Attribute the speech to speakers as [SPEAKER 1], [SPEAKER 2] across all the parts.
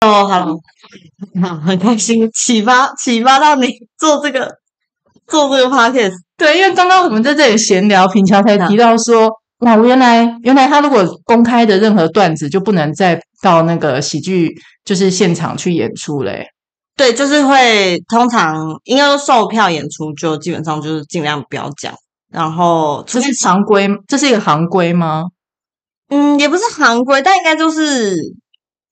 [SPEAKER 1] 哦，好了，好，很开心，启发启发到你做这个做这个 podcast，
[SPEAKER 2] 对，因为刚刚我们在这里闲聊，品乔才
[SPEAKER 1] 嗯
[SPEAKER 2] 提到说，哇，原来原来他如果公开的任何段子就不能再到那个喜剧就是现场去演出嘞、
[SPEAKER 1] 对，就是会通常应该说售票演出就基本上就是尽量不要讲，然后
[SPEAKER 2] 这
[SPEAKER 1] 出
[SPEAKER 2] 是
[SPEAKER 1] 去
[SPEAKER 2] 常规，这是一个行规吗？
[SPEAKER 1] 嗯，也不是行规，但应该就是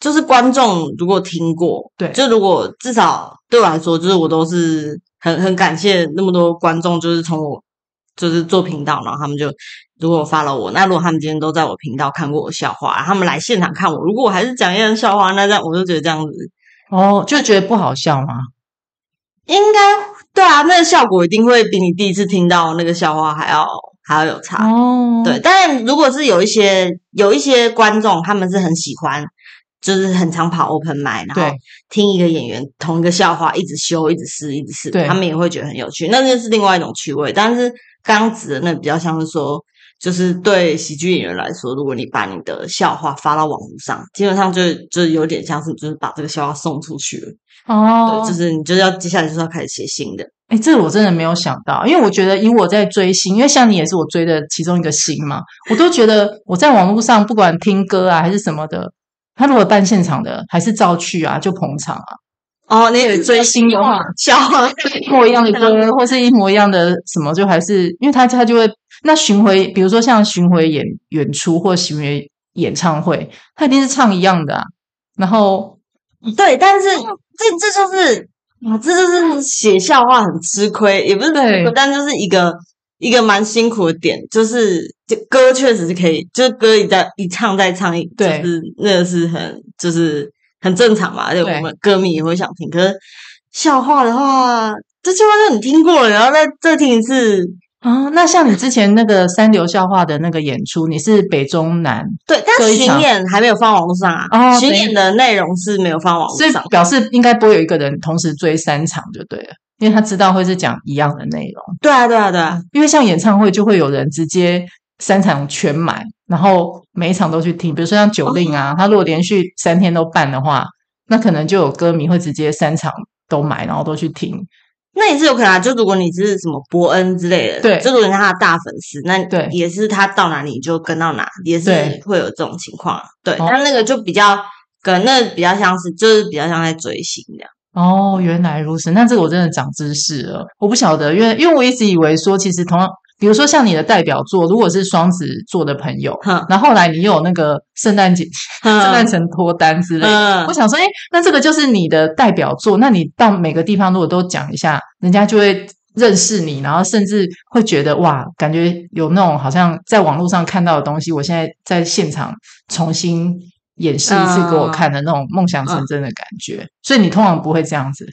[SPEAKER 1] 就是观众如果听过，
[SPEAKER 2] 对
[SPEAKER 1] 就如果至少对我来说，就是我都是很很感谢那么多观众，就是从我就是做频道，然后他们就如果发了我，那如果他们今天都在我频道看过我笑话，他们来现场看我，如果我还是讲一样的笑话，那这样我就觉得这样子
[SPEAKER 2] 哦，就觉得不好笑吗？
[SPEAKER 1] 应该对啊，那个效果一定会比你第一次听到那个笑话还要还要有差。
[SPEAKER 2] 哦，
[SPEAKER 1] 对，，但如果是有一些有一些观众，他们是很喜欢，就是很常跑 open m i 然后
[SPEAKER 2] 对
[SPEAKER 1] 听一个演员同一个笑话一直修、一直试、一直试，
[SPEAKER 2] 对
[SPEAKER 1] 他们也会觉得很有趣，那就是另外一种趣味。但是刚刚指的那比较像是说，就是对喜剧演员来说，如果你把你的笑话发到网络上，基本上就就有点像是就是把这个笑话送出去了，
[SPEAKER 2] 哦，
[SPEAKER 1] 对，就是你就是要接下来就是要开始写新的，
[SPEAKER 2] 哎，这个我真的没有想到，因为我觉得以我在追星，因为像你也是我追的其中一个星嘛，我都觉得我在网络上不管听歌啊还是什么的，他如果办现场的，还是照去啊，就捧场啊，
[SPEAKER 1] 哦，你有追星
[SPEAKER 2] 的话，
[SPEAKER 1] 笑话
[SPEAKER 2] 一模一样的歌或是一模一样的什么，就还是因为他他就会那巡回，比如说像巡回演演出或巡回演唱会，他一定是唱一样的啊，然后
[SPEAKER 1] 对，但是
[SPEAKER 2] 嗯
[SPEAKER 1] 这这就是啊，这就是写笑话很吃亏，也不是吃亏
[SPEAKER 2] 对
[SPEAKER 1] 但就是一个一个蛮辛苦的点，就是这歌确实是可以，就是歌一再一唱再唱，就
[SPEAKER 2] 对
[SPEAKER 1] 是那个是很就是很正常嘛，就我
[SPEAKER 2] 对
[SPEAKER 1] 们歌迷也会想听。可是笑话的话，这笑话就你听过了，然后再再听一次，
[SPEAKER 2] 啊，那像你之前那个三流笑话的那个演出，你是北中南，
[SPEAKER 1] 对，但
[SPEAKER 2] 各一
[SPEAKER 1] 巡
[SPEAKER 2] 场
[SPEAKER 1] 演还没有放网络上啊，
[SPEAKER 2] 哦
[SPEAKER 1] 巡
[SPEAKER 2] 等于
[SPEAKER 1] 演的内容是没有放网
[SPEAKER 2] 所
[SPEAKER 1] 络
[SPEAKER 2] 以
[SPEAKER 1] 上。
[SPEAKER 2] 表示应该不会有一个人同时追三场就对了，因为他知道会是讲一样的内容。
[SPEAKER 1] 对啊，对啊，对啊，
[SPEAKER 2] 因为像演唱会就会有人直接三场全买，然后每一场都去听。比如说像九令啊，他如果连续三天都办的话，那可能就有歌迷会直接三场都买，然后都去听。
[SPEAKER 1] 那也是有可能啊，就如果你是什么伯恩之类的，
[SPEAKER 2] 对
[SPEAKER 1] 就如果你是他的大粉丝，那
[SPEAKER 2] 对
[SPEAKER 1] 也是他到哪里你就跟到哪，也是
[SPEAKER 2] 对
[SPEAKER 1] 会有这种情况啊。对，
[SPEAKER 2] 哦
[SPEAKER 1] 但那个就比较跟那个比较像是，就是比较像在追星这样。
[SPEAKER 2] 哦，原来如此，那这个我真的长知识了。我不晓得，因为因为我一直以为说，其实同样，比如说像你的代表作，如果是双子座的朋友，
[SPEAKER 1] 哼
[SPEAKER 2] 然后后来你又有那个圣诞节、圣诞
[SPEAKER 1] 嗯
[SPEAKER 2] 城脱单之类的。
[SPEAKER 1] 嗯
[SPEAKER 2] 我，想说，哎、那这个就是你的代表作，那你到每个地方如果都讲一下，人家就会认识你，然后甚至会觉得哇，感觉有那种好像在网络上看到的东西，我现在在现场重新演示一次给我看的那种梦想成真的感觉。所以你通常不会这样子，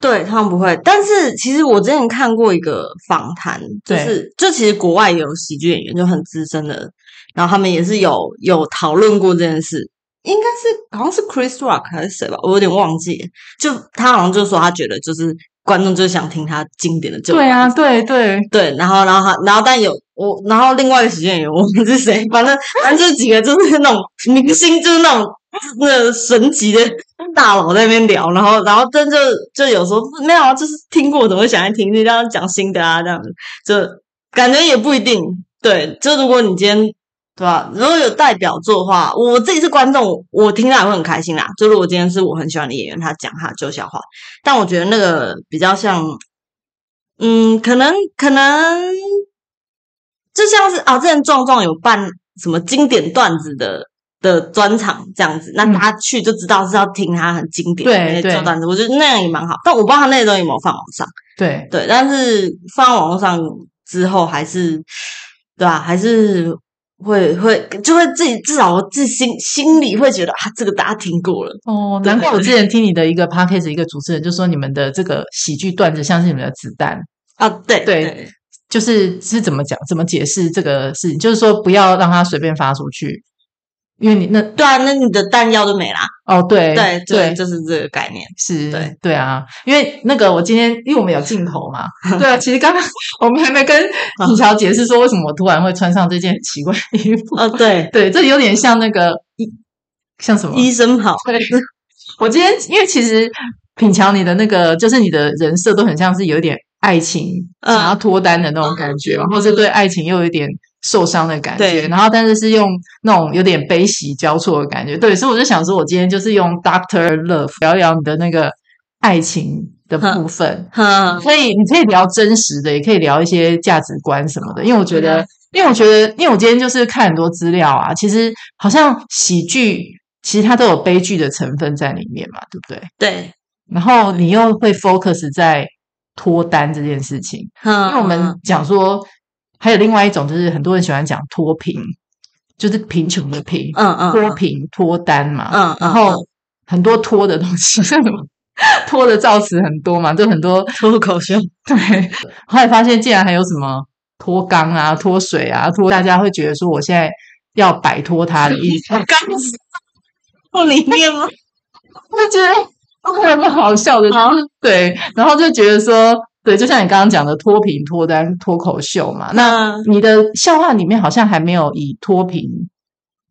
[SPEAKER 1] 对他们不会。但是其实我之前看过一个访谈，就
[SPEAKER 2] 对
[SPEAKER 1] 是就其实国外有喜剧演员就很资深的，然后他们也是有有讨论过这件事。应该是好像是 Chris Rock 还是谁吧，我有点忘记了。就他好像就说他觉得就是观众就是想听他经典的这
[SPEAKER 2] 对啊，对对，
[SPEAKER 1] 对，然后然后他然后但有我，然后另外一个喜剧演员 我们是谁？反正反正这几个就是那种明星，就是那种那种神级的大佬在那边聊，然后然后真就就有时候没有啊，就是听过怎么会想来听，就这样讲新的啊，这样子就感觉也不一定。对，就如果你今天。对吧、如果有代表作的话，我自己是观众，我听到也会很开心啦。就如果今天是我很喜欢的演员，他讲他的旧笑话，但我觉得那个比较像嗯，可能可能就像是啊，之前壮壮有办什么经典段子的的专场这样子，那
[SPEAKER 2] 嗯
[SPEAKER 1] 大家去就知道是要听他很经典的
[SPEAKER 2] 对
[SPEAKER 1] 那些
[SPEAKER 2] 对
[SPEAKER 1] 旧段子，我觉得那样也蛮好。但我不知道他那些东西有没有放网上，
[SPEAKER 2] 对，
[SPEAKER 1] 对，但是放到网络上之后还是对吧、还是会会就会自己至少我自己心心里会觉得啊，这个大家听过了，
[SPEAKER 2] 哦，
[SPEAKER 1] 对
[SPEAKER 2] 难怪我之前听你的一个 podcast 一个主持人就说你们的这个喜剧段子像是你们的子弹，
[SPEAKER 1] 啊，对
[SPEAKER 2] 对就是是怎么讲、怎么解释这个事情，就是说不要让它随便发出去，因为你那
[SPEAKER 1] 对啊，那你的弹药就没啦，
[SPEAKER 2] 哦，对
[SPEAKER 1] 对对，
[SPEAKER 2] 对，
[SPEAKER 1] 就是这个概 念。
[SPEAKER 2] 是，
[SPEAKER 1] 对
[SPEAKER 2] 对啊，因为那个我今天因为我们有镜 头嘛，对啊，其实刚刚我们还没跟
[SPEAKER 1] 嗯
[SPEAKER 2] 李乔解释说为什么我突然会穿上这件很奇怪的衣服，
[SPEAKER 1] 哦，对，
[SPEAKER 2] 对，这有点像那个医像什么
[SPEAKER 1] 医生好，
[SPEAKER 2] 对，我今天因为其实品乔你的那个就是你的人设都很像是有一点爱情
[SPEAKER 1] 嗯哦
[SPEAKER 2] 想要脱单的那种感觉，然后是对爱情又有一点受伤的感觉，
[SPEAKER 1] 对
[SPEAKER 2] 然后但是是用那种有点悲喜交错的感觉，对，所以我就想说，我今天就是用 Doctor Love 聊一聊你的那个爱情的部分，
[SPEAKER 1] 哈，
[SPEAKER 2] 可以，你可以聊真实的，也可以聊一些价值观什么的。因为我觉
[SPEAKER 1] 对
[SPEAKER 2] 得
[SPEAKER 1] 啊，
[SPEAKER 2] 因为我觉得，因为我今天就是看很多资料啊，其实好像喜剧，其实它都有悲剧的成分在里面嘛，对不对？
[SPEAKER 1] 对，
[SPEAKER 2] 然后你又会 focus 在脱单这件事情，因
[SPEAKER 1] 因
[SPEAKER 2] 为我们讲说，还有另外一种就是很多人喜欢讲脱贫，就是贫穷的贫，
[SPEAKER 1] 嗯嗯
[SPEAKER 2] 脱贫脱单嘛，
[SPEAKER 1] 嗯，
[SPEAKER 2] 然后很多脱的东西， 脱的造词很多嘛，就很多
[SPEAKER 1] 脱口 秀，
[SPEAKER 2] 对，后来发现竟然还有什么脱肛啊、脱水啊、脱，大家会觉得说我现在要摆脱它的意思，
[SPEAKER 1] 刚不里面吗？
[SPEAKER 2] 就觉得哦还蛮好笑的，然后对，然后就觉得说，对，就像你刚刚讲的脱贫、脱单、脱口秀嘛， 那
[SPEAKER 1] 那
[SPEAKER 2] 你的笑话里面好像还没有以脱贫，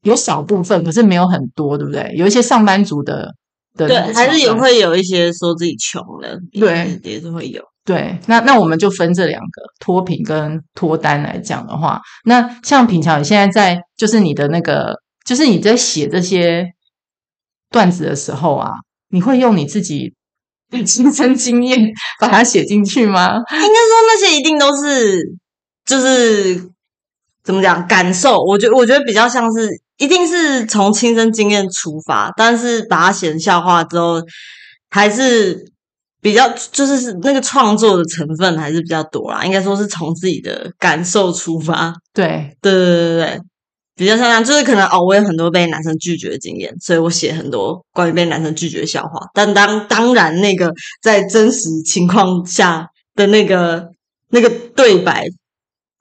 [SPEAKER 2] 有少部分，可是没有很多，对不对？有一些上班族的的那
[SPEAKER 1] 对，
[SPEAKER 2] 个
[SPEAKER 1] 还是
[SPEAKER 2] 桥
[SPEAKER 1] 有
[SPEAKER 2] 段
[SPEAKER 1] 会有一些说自己穷了，
[SPEAKER 2] 对，
[SPEAKER 1] 也是会有。
[SPEAKER 2] 对，那那我们就分这两个脱贫跟脱单来讲的话，那像平常你现在在就是你的那个，就是你在写这些段子的时候啊，你会用你自己的亲身经验把它写进去吗？
[SPEAKER 1] 应该说那些一定都是就是怎么讲感受，我觉我觉得比较像是一定是从亲身经验出发，但是把它写成笑话之后，还是比较就是是那个创作的成分还是比较多啦，应该说是从自己的感受出发，
[SPEAKER 2] 对，
[SPEAKER 1] 对对对对对。比较像这样，就是可能哦，我有很多被男生拒绝的经验，所以我写很多关于被男生拒绝的笑话。但当当然，那个在真实情况下的那个那个对白，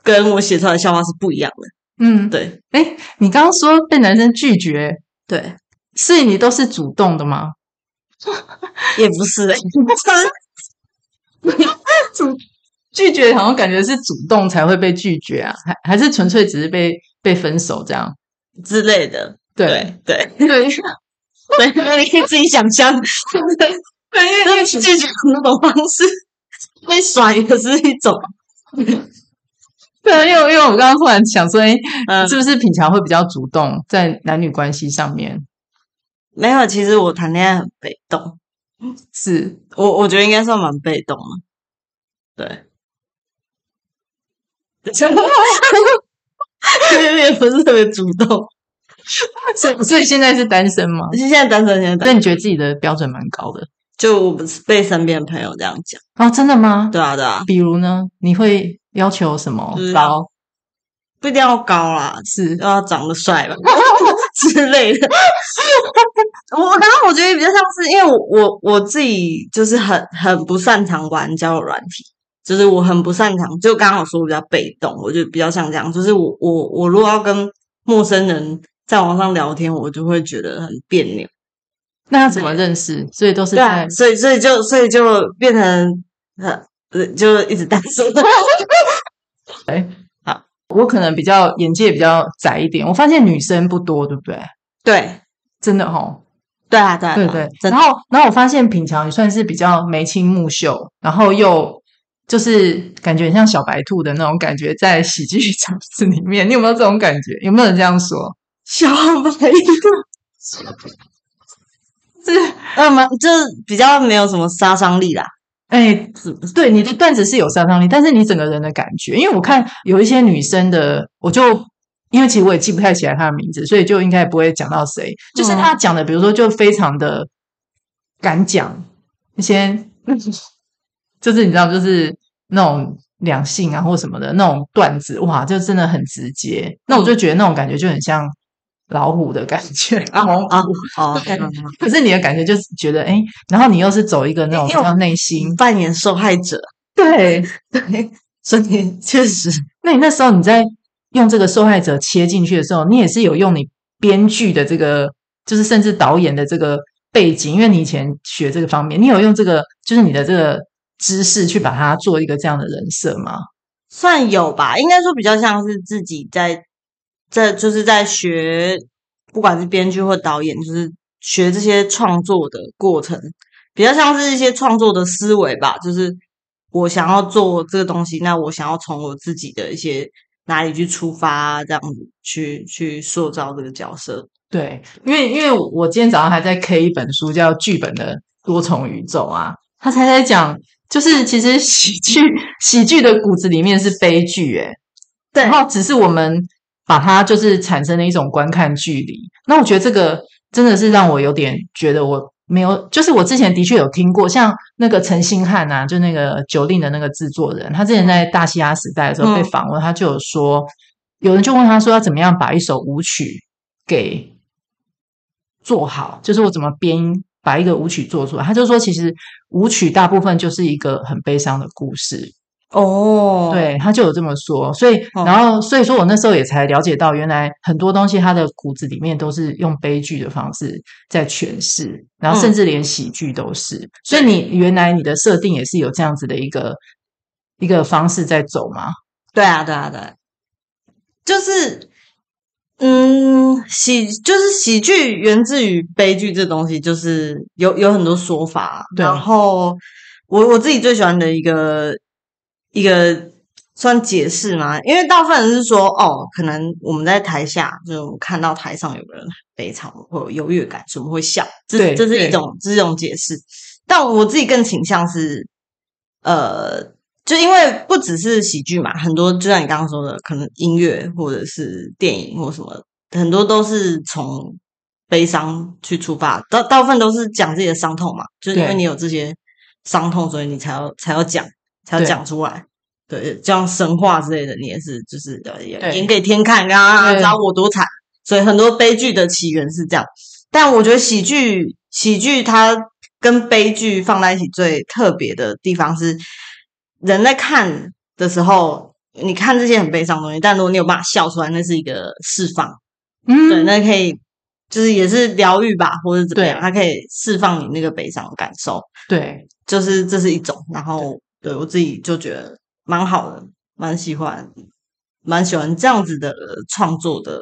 [SPEAKER 1] 跟我写出来的笑话是不一样的。
[SPEAKER 2] 嗯，
[SPEAKER 1] 对
[SPEAKER 2] 哎，你刚刚说被男生拒绝，
[SPEAKER 1] 对，
[SPEAKER 2] 是你都是主动的吗？
[SPEAKER 1] 也不是、 欸，就是
[SPEAKER 2] 主拒绝好像感觉是主动才会被拒绝啊，还还是纯粹只是被被分手这样？
[SPEAKER 1] 之类的。对对
[SPEAKER 2] 对。
[SPEAKER 1] 对，那你可以自己想象，
[SPEAKER 2] 对，因为
[SPEAKER 1] 那拒绝很多种方式， 被甩也是一种。
[SPEAKER 2] 对，因为因为我刚刚突然想说，哎、
[SPEAKER 1] 嗯
[SPEAKER 2] 是，不是品乔会比较主动在男女关系上面？
[SPEAKER 1] 没有，其实我谈恋爱很被动，
[SPEAKER 2] 是，
[SPEAKER 1] 我我觉得应该算蛮被动的。对。也不是特别主动，
[SPEAKER 2] 所以所以现在是单身吗？
[SPEAKER 1] 现在单身，现在单
[SPEAKER 2] 那
[SPEAKER 1] 身，
[SPEAKER 2] 你觉得自己的标准蛮高的
[SPEAKER 1] 就我不是被身边的朋友这样讲，
[SPEAKER 2] 哦？真的吗？
[SPEAKER 1] 对啊，对啊，
[SPEAKER 2] 比如呢，你会要求什么
[SPEAKER 1] 就是
[SPEAKER 2] 高？
[SPEAKER 1] 不一定要高啦，
[SPEAKER 2] 是
[SPEAKER 1] 要长得帅吧 之类的。 我然后我觉得比较像是，因为我我我自己就是很很不擅长玩交友软体，就是我很不擅长，就刚好说我比较被动，我就比较像这样，就是我我我如果要跟陌生人在网上聊天，我就会觉得很别扭，
[SPEAKER 2] 那要怎么认识？所以都是
[SPEAKER 1] 对啊
[SPEAKER 2] 在，
[SPEAKER 1] 所以所以就所以就变成呃呃就一直单身。
[SPEAKER 2] 我可能比较眼界比较窄一点，我发现女生不多，对不对？
[SPEAKER 1] 对
[SPEAKER 2] 真的哦，
[SPEAKER 1] 对啊对啊
[SPEAKER 2] 对
[SPEAKER 1] 啊
[SPEAKER 2] 对。
[SPEAKER 1] 真
[SPEAKER 2] 然
[SPEAKER 1] 的
[SPEAKER 2] 后，然后我发现品乔也算是比较眉清目秀，然后又就是感觉很像小白兔的那种感觉，在喜剧 场子里面，你有没有这种感觉？有没有人这样说？
[SPEAKER 1] 小白兔。
[SPEAKER 2] 是，
[SPEAKER 1] 嗯，蛮就是比较没有什么杀伤力啦。
[SPEAKER 2] 哎、对，你的段子是有杀伤力，但是你整个人的感觉，因为我看有一些女生的，我就。因为其实我也记不太起来她的名字，所以就应该不会讲到谁。就是
[SPEAKER 1] 嗯
[SPEAKER 2] 她讲的，比如说就非常的敢讲一些， 就是你知道，就是那种两性啊或什么的那种段子，哇，就真的很直接。那
[SPEAKER 1] 嗯
[SPEAKER 2] 我就觉得那种感觉就很像老虎的感觉
[SPEAKER 1] 啊
[SPEAKER 2] 猛
[SPEAKER 1] 啊
[SPEAKER 2] 虎
[SPEAKER 1] 哦，
[SPEAKER 2] 对可是你的感觉就是觉得，哎、然后你又是走一个那种比
[SPEAKER 1] 哎因为我
[SPEAKER 2] 较内心，
[SPEAKER 1] 扮演受害者，
[SPEAKER 2] 对。
[SPEAKER 1] 对，所 以确实
[SPEAKER 2] 那你那时候你在用这个受害者切进去的时候，你也是有用你编剧的这个，就是甚至导演的这个背景，因为你以前学这个方面，你有用这个就是你的这个知识去把它做一个这样的人设吗？
[SPEAKER 1] 算有吧，应该说比较像是自己在在就是在学，不管是编剧或导演，就是学这些创作的过程，比较像是一些创作的思维吧，就是我想要做这个东西，那我想要从我自己的一些哪里去出发，这样子去去塑造这个角色。
[SPEAKER 2] 对，因为因为我今天早上还在 K 一本书，叫《剧本的多重宇宙》啊，他才在讲，就是其实喜剧 喜剧的骨子里面是悲剧，诶，
[SPEAKER 1] 对
[SPEAKER 2] 然后只是我们把它就是产生了一种观看距离。那我觉得这个真的是让我有点觉得我没有，就是我之前的确有听过，像那个陈星汉啊，就那个九令的那个制作人，他之前在大西亚时代的时候被
[SPEAKER 1] 嗯
[SPEAKER 2] 访问，他就有说，有人就问他说要怎么样把一首舞曲给做好，就是我怎么编。把一个舞曲做出来，他就说，其实舞曲大部分就是一个很悲伤的故事，
[SPEAKER 1] 哦，
[SPEAKER 2] 对，他就有这么说，所以、
[SPEAKER 1] 哦
[SPEAKER 2] 然后所以说我那时候也才了解到，原来很多东西它的骨子里面都是用悲剧的方式在诠释，然后甚
[SPEAKER 1] 嗯
[SPEAKER 2] 至连喜剧都是。所以你原来你的设定也是有这样子的一个一个方式在走嘛？
[SPEAKER 1] 对啊，对啊，对啊，就是，嗯，喜就是喜剧源自于悲剧这东西，就是有有很多说法。
[SPEAKER 2] 对
[SPEAKER 1] 然后我我自己最喜欢的一个一个算解释嘛，因为大部分人是说，哦，可能我们在台下就看到台上有个人悲惨，会有优越感，所以我们会笑，这
[SPEAKER 2] 对
[SPEAKER 1] 这是
[SPEAKER 2] 对
[SPEAKER 1] 一种这是一种解释。但我自己更倾向是，呃，就因为不只是喜剧嘛，很多就像你刚刚说的，可能音乐或者是电影或什么，很多都是从悲伤去出发，大大部分都是讲自己的伤痛嘛，就是因为
[SPEAKER 2] 对
[SPEAKER 1] 你有这些伤痛，所以你才要才要讲，才要
[SPEAKER 2] 对
[SPEAKER 1] 讲出来。对，就像神话之类的，你也是就是呃演
[SPEAKER 2] 对
[SPEAKER 1] 演给天看，然后让他
[SPEAKER 2] 对
[SPEAKER 1] 知道我多惨。所以很多悲剧的起源是这样。但我觉得喜剧，喜剧它跟悲剧放在一起最特别的地方是，人在看的时候，你看这些很悲伤的东西，但如果你有办法笑出来，那是一个释放，对，
[SPEAKER 2] 嗯，
[SPEAKER 1] 那可以就是也是疗愈吧，或者怎么样，
[SPEAKER 2] 对
[SPEAKER 1] 它可以释放你那个悲伤的感受，
[SPEAKER 2] 对
[SPEAKER 1] 就是这是一种。然后对我自己就觉得蛮好的，蛮喜欢，蛮喜欢这样子的创作的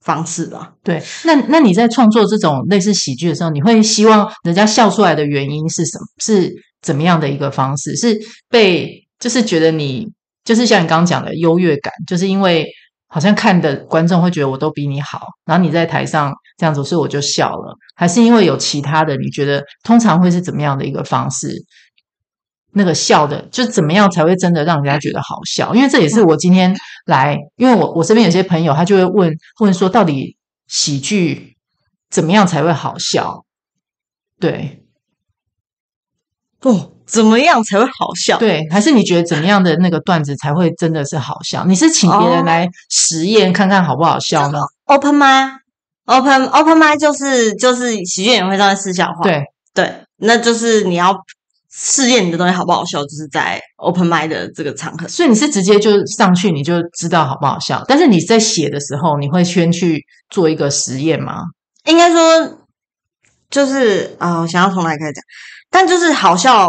[SPEAKER 1] 方式吧。
[SPEAKER 2] 对。那那你在创作这种类似喜剧的时候，你会希望人家笑出来的原因是什么？是怎么样的一个方式？是被就是觉得你就是像你刚刚讲的优越感，就是因为好像看的观众会觉得我都比你好，然后你在台上这样子，所以我就笑了，还是因为有其他的？你觉得通常会是怎么样的一个方式？那个笑的，就怎么样才会真的让人家觉得好笑？因为这也是
[SPEAKER 1] 嗯
[SPEAKER 2] 我今天来，因为我我身边有些朋友，他就会问问说，到底喜剧怎么样才会好笑？对，
[SPEAKER 1] 哦，怎么样才会好笑？
[SPEAKER 2] 对，还是你觉得怎么样的那个段子才会真的是好笑？你是请别人
[SPEAKER 1] 哦
[SPEAKER 2] 来实验看看好不好笑呢？
[SPEAKER 1] ，open m i open open m i 就是就是喜剧演员会上面试笑话，
[SPEAKER 2] 对
[SPEAKER 1] 对，那就是你要试验你的东西好不好笑，就是在 open m i 的这个场合。
[SPEAKER 2] 所以你是直接就上去你就知道好不好笑，但是你在写的时候，你会先去做一个实验吗？
[SPEAKER 1] 应该说就是啊、我想要从哪里开始讲？但就是好笑，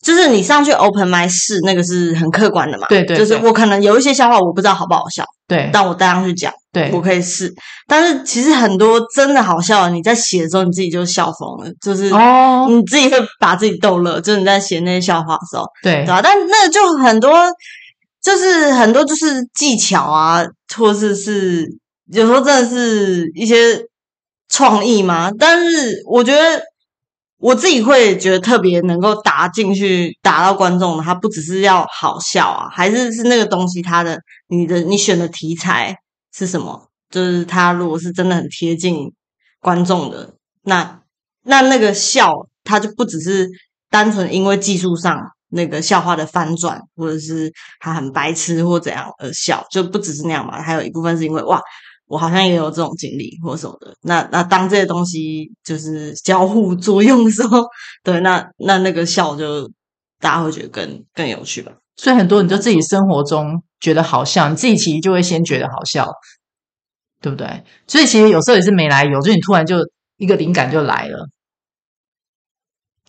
[SPEAKER 1] 就是你上去 open m i 试那个是很客观的嘛，
[SPEAKER 2] 对对
[SPEAKER 1] 就是
[SPEAKER 2] 对
[SPEAKER 1] 我可能有一些笑话我不知道好不好笑，
[SPEAKER 2] 对
[SPEAKER 1] 但我带上去讲。
[SPEAKER 2] 对
[SPEAKER 1] 我可以试，但是其实很多真的好笑的，你在写的时候你自己就笑疯了，就是
[SPEAKER 2] 哦，
[SPEAKER 1] 你自己会把自己逗乐，就是你在写那些笑话的时候，
[SPEAKER 2] 对
[SPEAKER 1] 对吧、但那个就很多，就是很多就是技巧啊，或者是是有时候真的是一些创意嘛。但是我觉得我自己会觉得特别能够打进去，打到观众的，它不只是要好笑啊，还是是那个东西它的你的你选的题材是什么，就是它如果是真的很贴近观众的，那那那个笑，它就不只是单纯因为技术上那个笑话的翻转，或者是他很白痴或怎样而笑，就不只是那样嘛。还有一部分是因为哇，我好像也有这种经历或什么的。那那当这些东西就是交互作用的时候， 对，那那那个笑就大家会觉得更更有趣吧。
[SPEAKER 2] 所以很多你就自己生活中觉得好笑，你自己其实就会先觉得好笑，对不对？所以其实有时候也是没来由，就你突然就一个灵感就来了。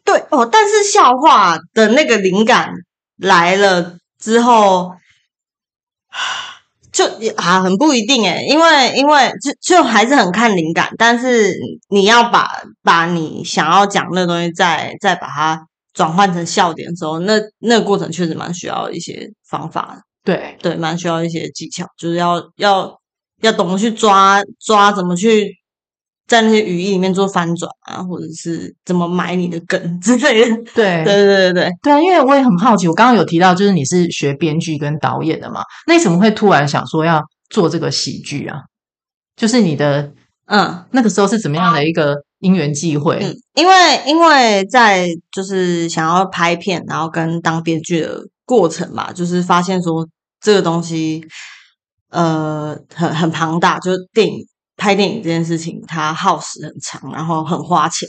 [SPEAKER 1] 对哦，但是笑话的那个灵感来了之后，就也啊，很不一定诶，因为因为就就还是很看灵感，但是你要把把你想要讲的东西再再把它转换成笑点的时候，那那个过程确实蛮需要一些方法的，
[SPEAKER 2] 对，
[SPEAKER 1] 对，蛮需要一些技巧，就是要要要懂得去抓抓，怎么去在那些语义里面做翻转啊，或者是怎么埋你的梗之类的。对
[SPEAKER 2] 对，
[SPEAKER 1] 对对对，
[SPEAKER 2] 对啊，因为我也很好奇，我刚刚有提到，就是你是学编剧跟导演的嘛，那你怎么会突然想说要做这个喜剧啊？就是你的
[SPEAKER 1] 嗯。
[SPEAKER 2] 那个时候是怎么样的一个因缘际会？
[SPEAKER 1] 嗯，因为因为在就是想要拍片，然后跟当编剧的过程嘛，就是发现说这个东西，呃，很很庞大，就是电影拍电影这件事情，它耗时很长，然后很花钱。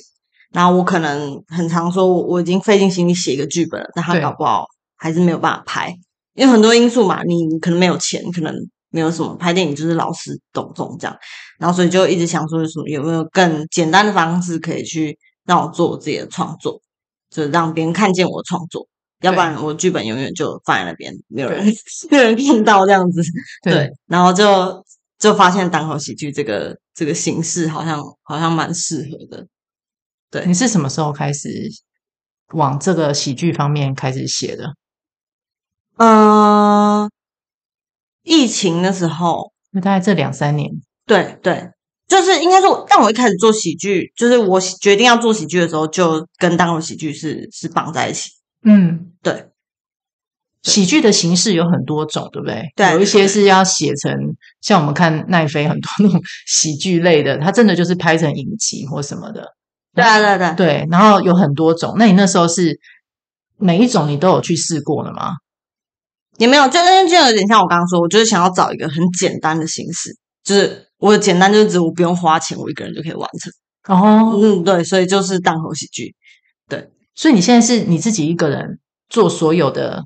[SPEAKER 1] 然后我可能很常说我，我已经费尽心力写一个剧本了，但它
[SPEAKER 2] 对
[SPEAKER 1] 搞不好还是没有办法拍，因为很多因素嘛，你你可能没有钱，可能没有什么拍电影就是劳师动众这样。然后所以就一直想说有什么有没有更简单的方式可以去让我做我自己的创作，就是让别人看见我的创作，要不
[SPEAKER 2] 对
[SPEAKER 1] 然我剧本永远就放在那边，没有人没有人看到这样子。对，
[SPEAKER 2] 对
[SPEAKER 1] 然后就就发现单口喜剧这个这个形式好像好像蛮适合的。
[SPEAKER 2] 你是什么时候开始往这个喜剧方面开始写的？
[SPEAKER 1] 嗯、疫情的时候，
[SPEAKER 2] 就大概这两三年，
[SPEAKER 1] 对对，就是应该说，但我一开始做喜剧，就是我喜决定要做喜剧的时候，就跟单口喜剧是是绑在一起。
[SPEAKER 2] 嗯，
[SPEAKER 1] 对。
[SPEAKER 2] 喜剧的形式有很多种，对不对？
[SPEAKER 1] 对
[SPEAKER 2] 有一些是要写成，像我们看奈飞很多那种喜剧类的，它真的就是拍成影集或什么的。
[SPEAKER 1] 对啊，对啊对啊，
[SPEAKER 2] 对，然后有很多种。那你那时候是每一种你都有去试过了吗？
[SPEAKER 1] 也没有，就因为就有点像我刚刚说，我就是想要找一个很简单的形式，就是我的简单就是指我不用花钱，我一个人就可以完成。
[SPEAKER 2] 哦，
[SPEAKER 1] 嗯，对，所以就是单口喜剧。
[SPEAKER 2] 所以你现在是你自己一个人做所有的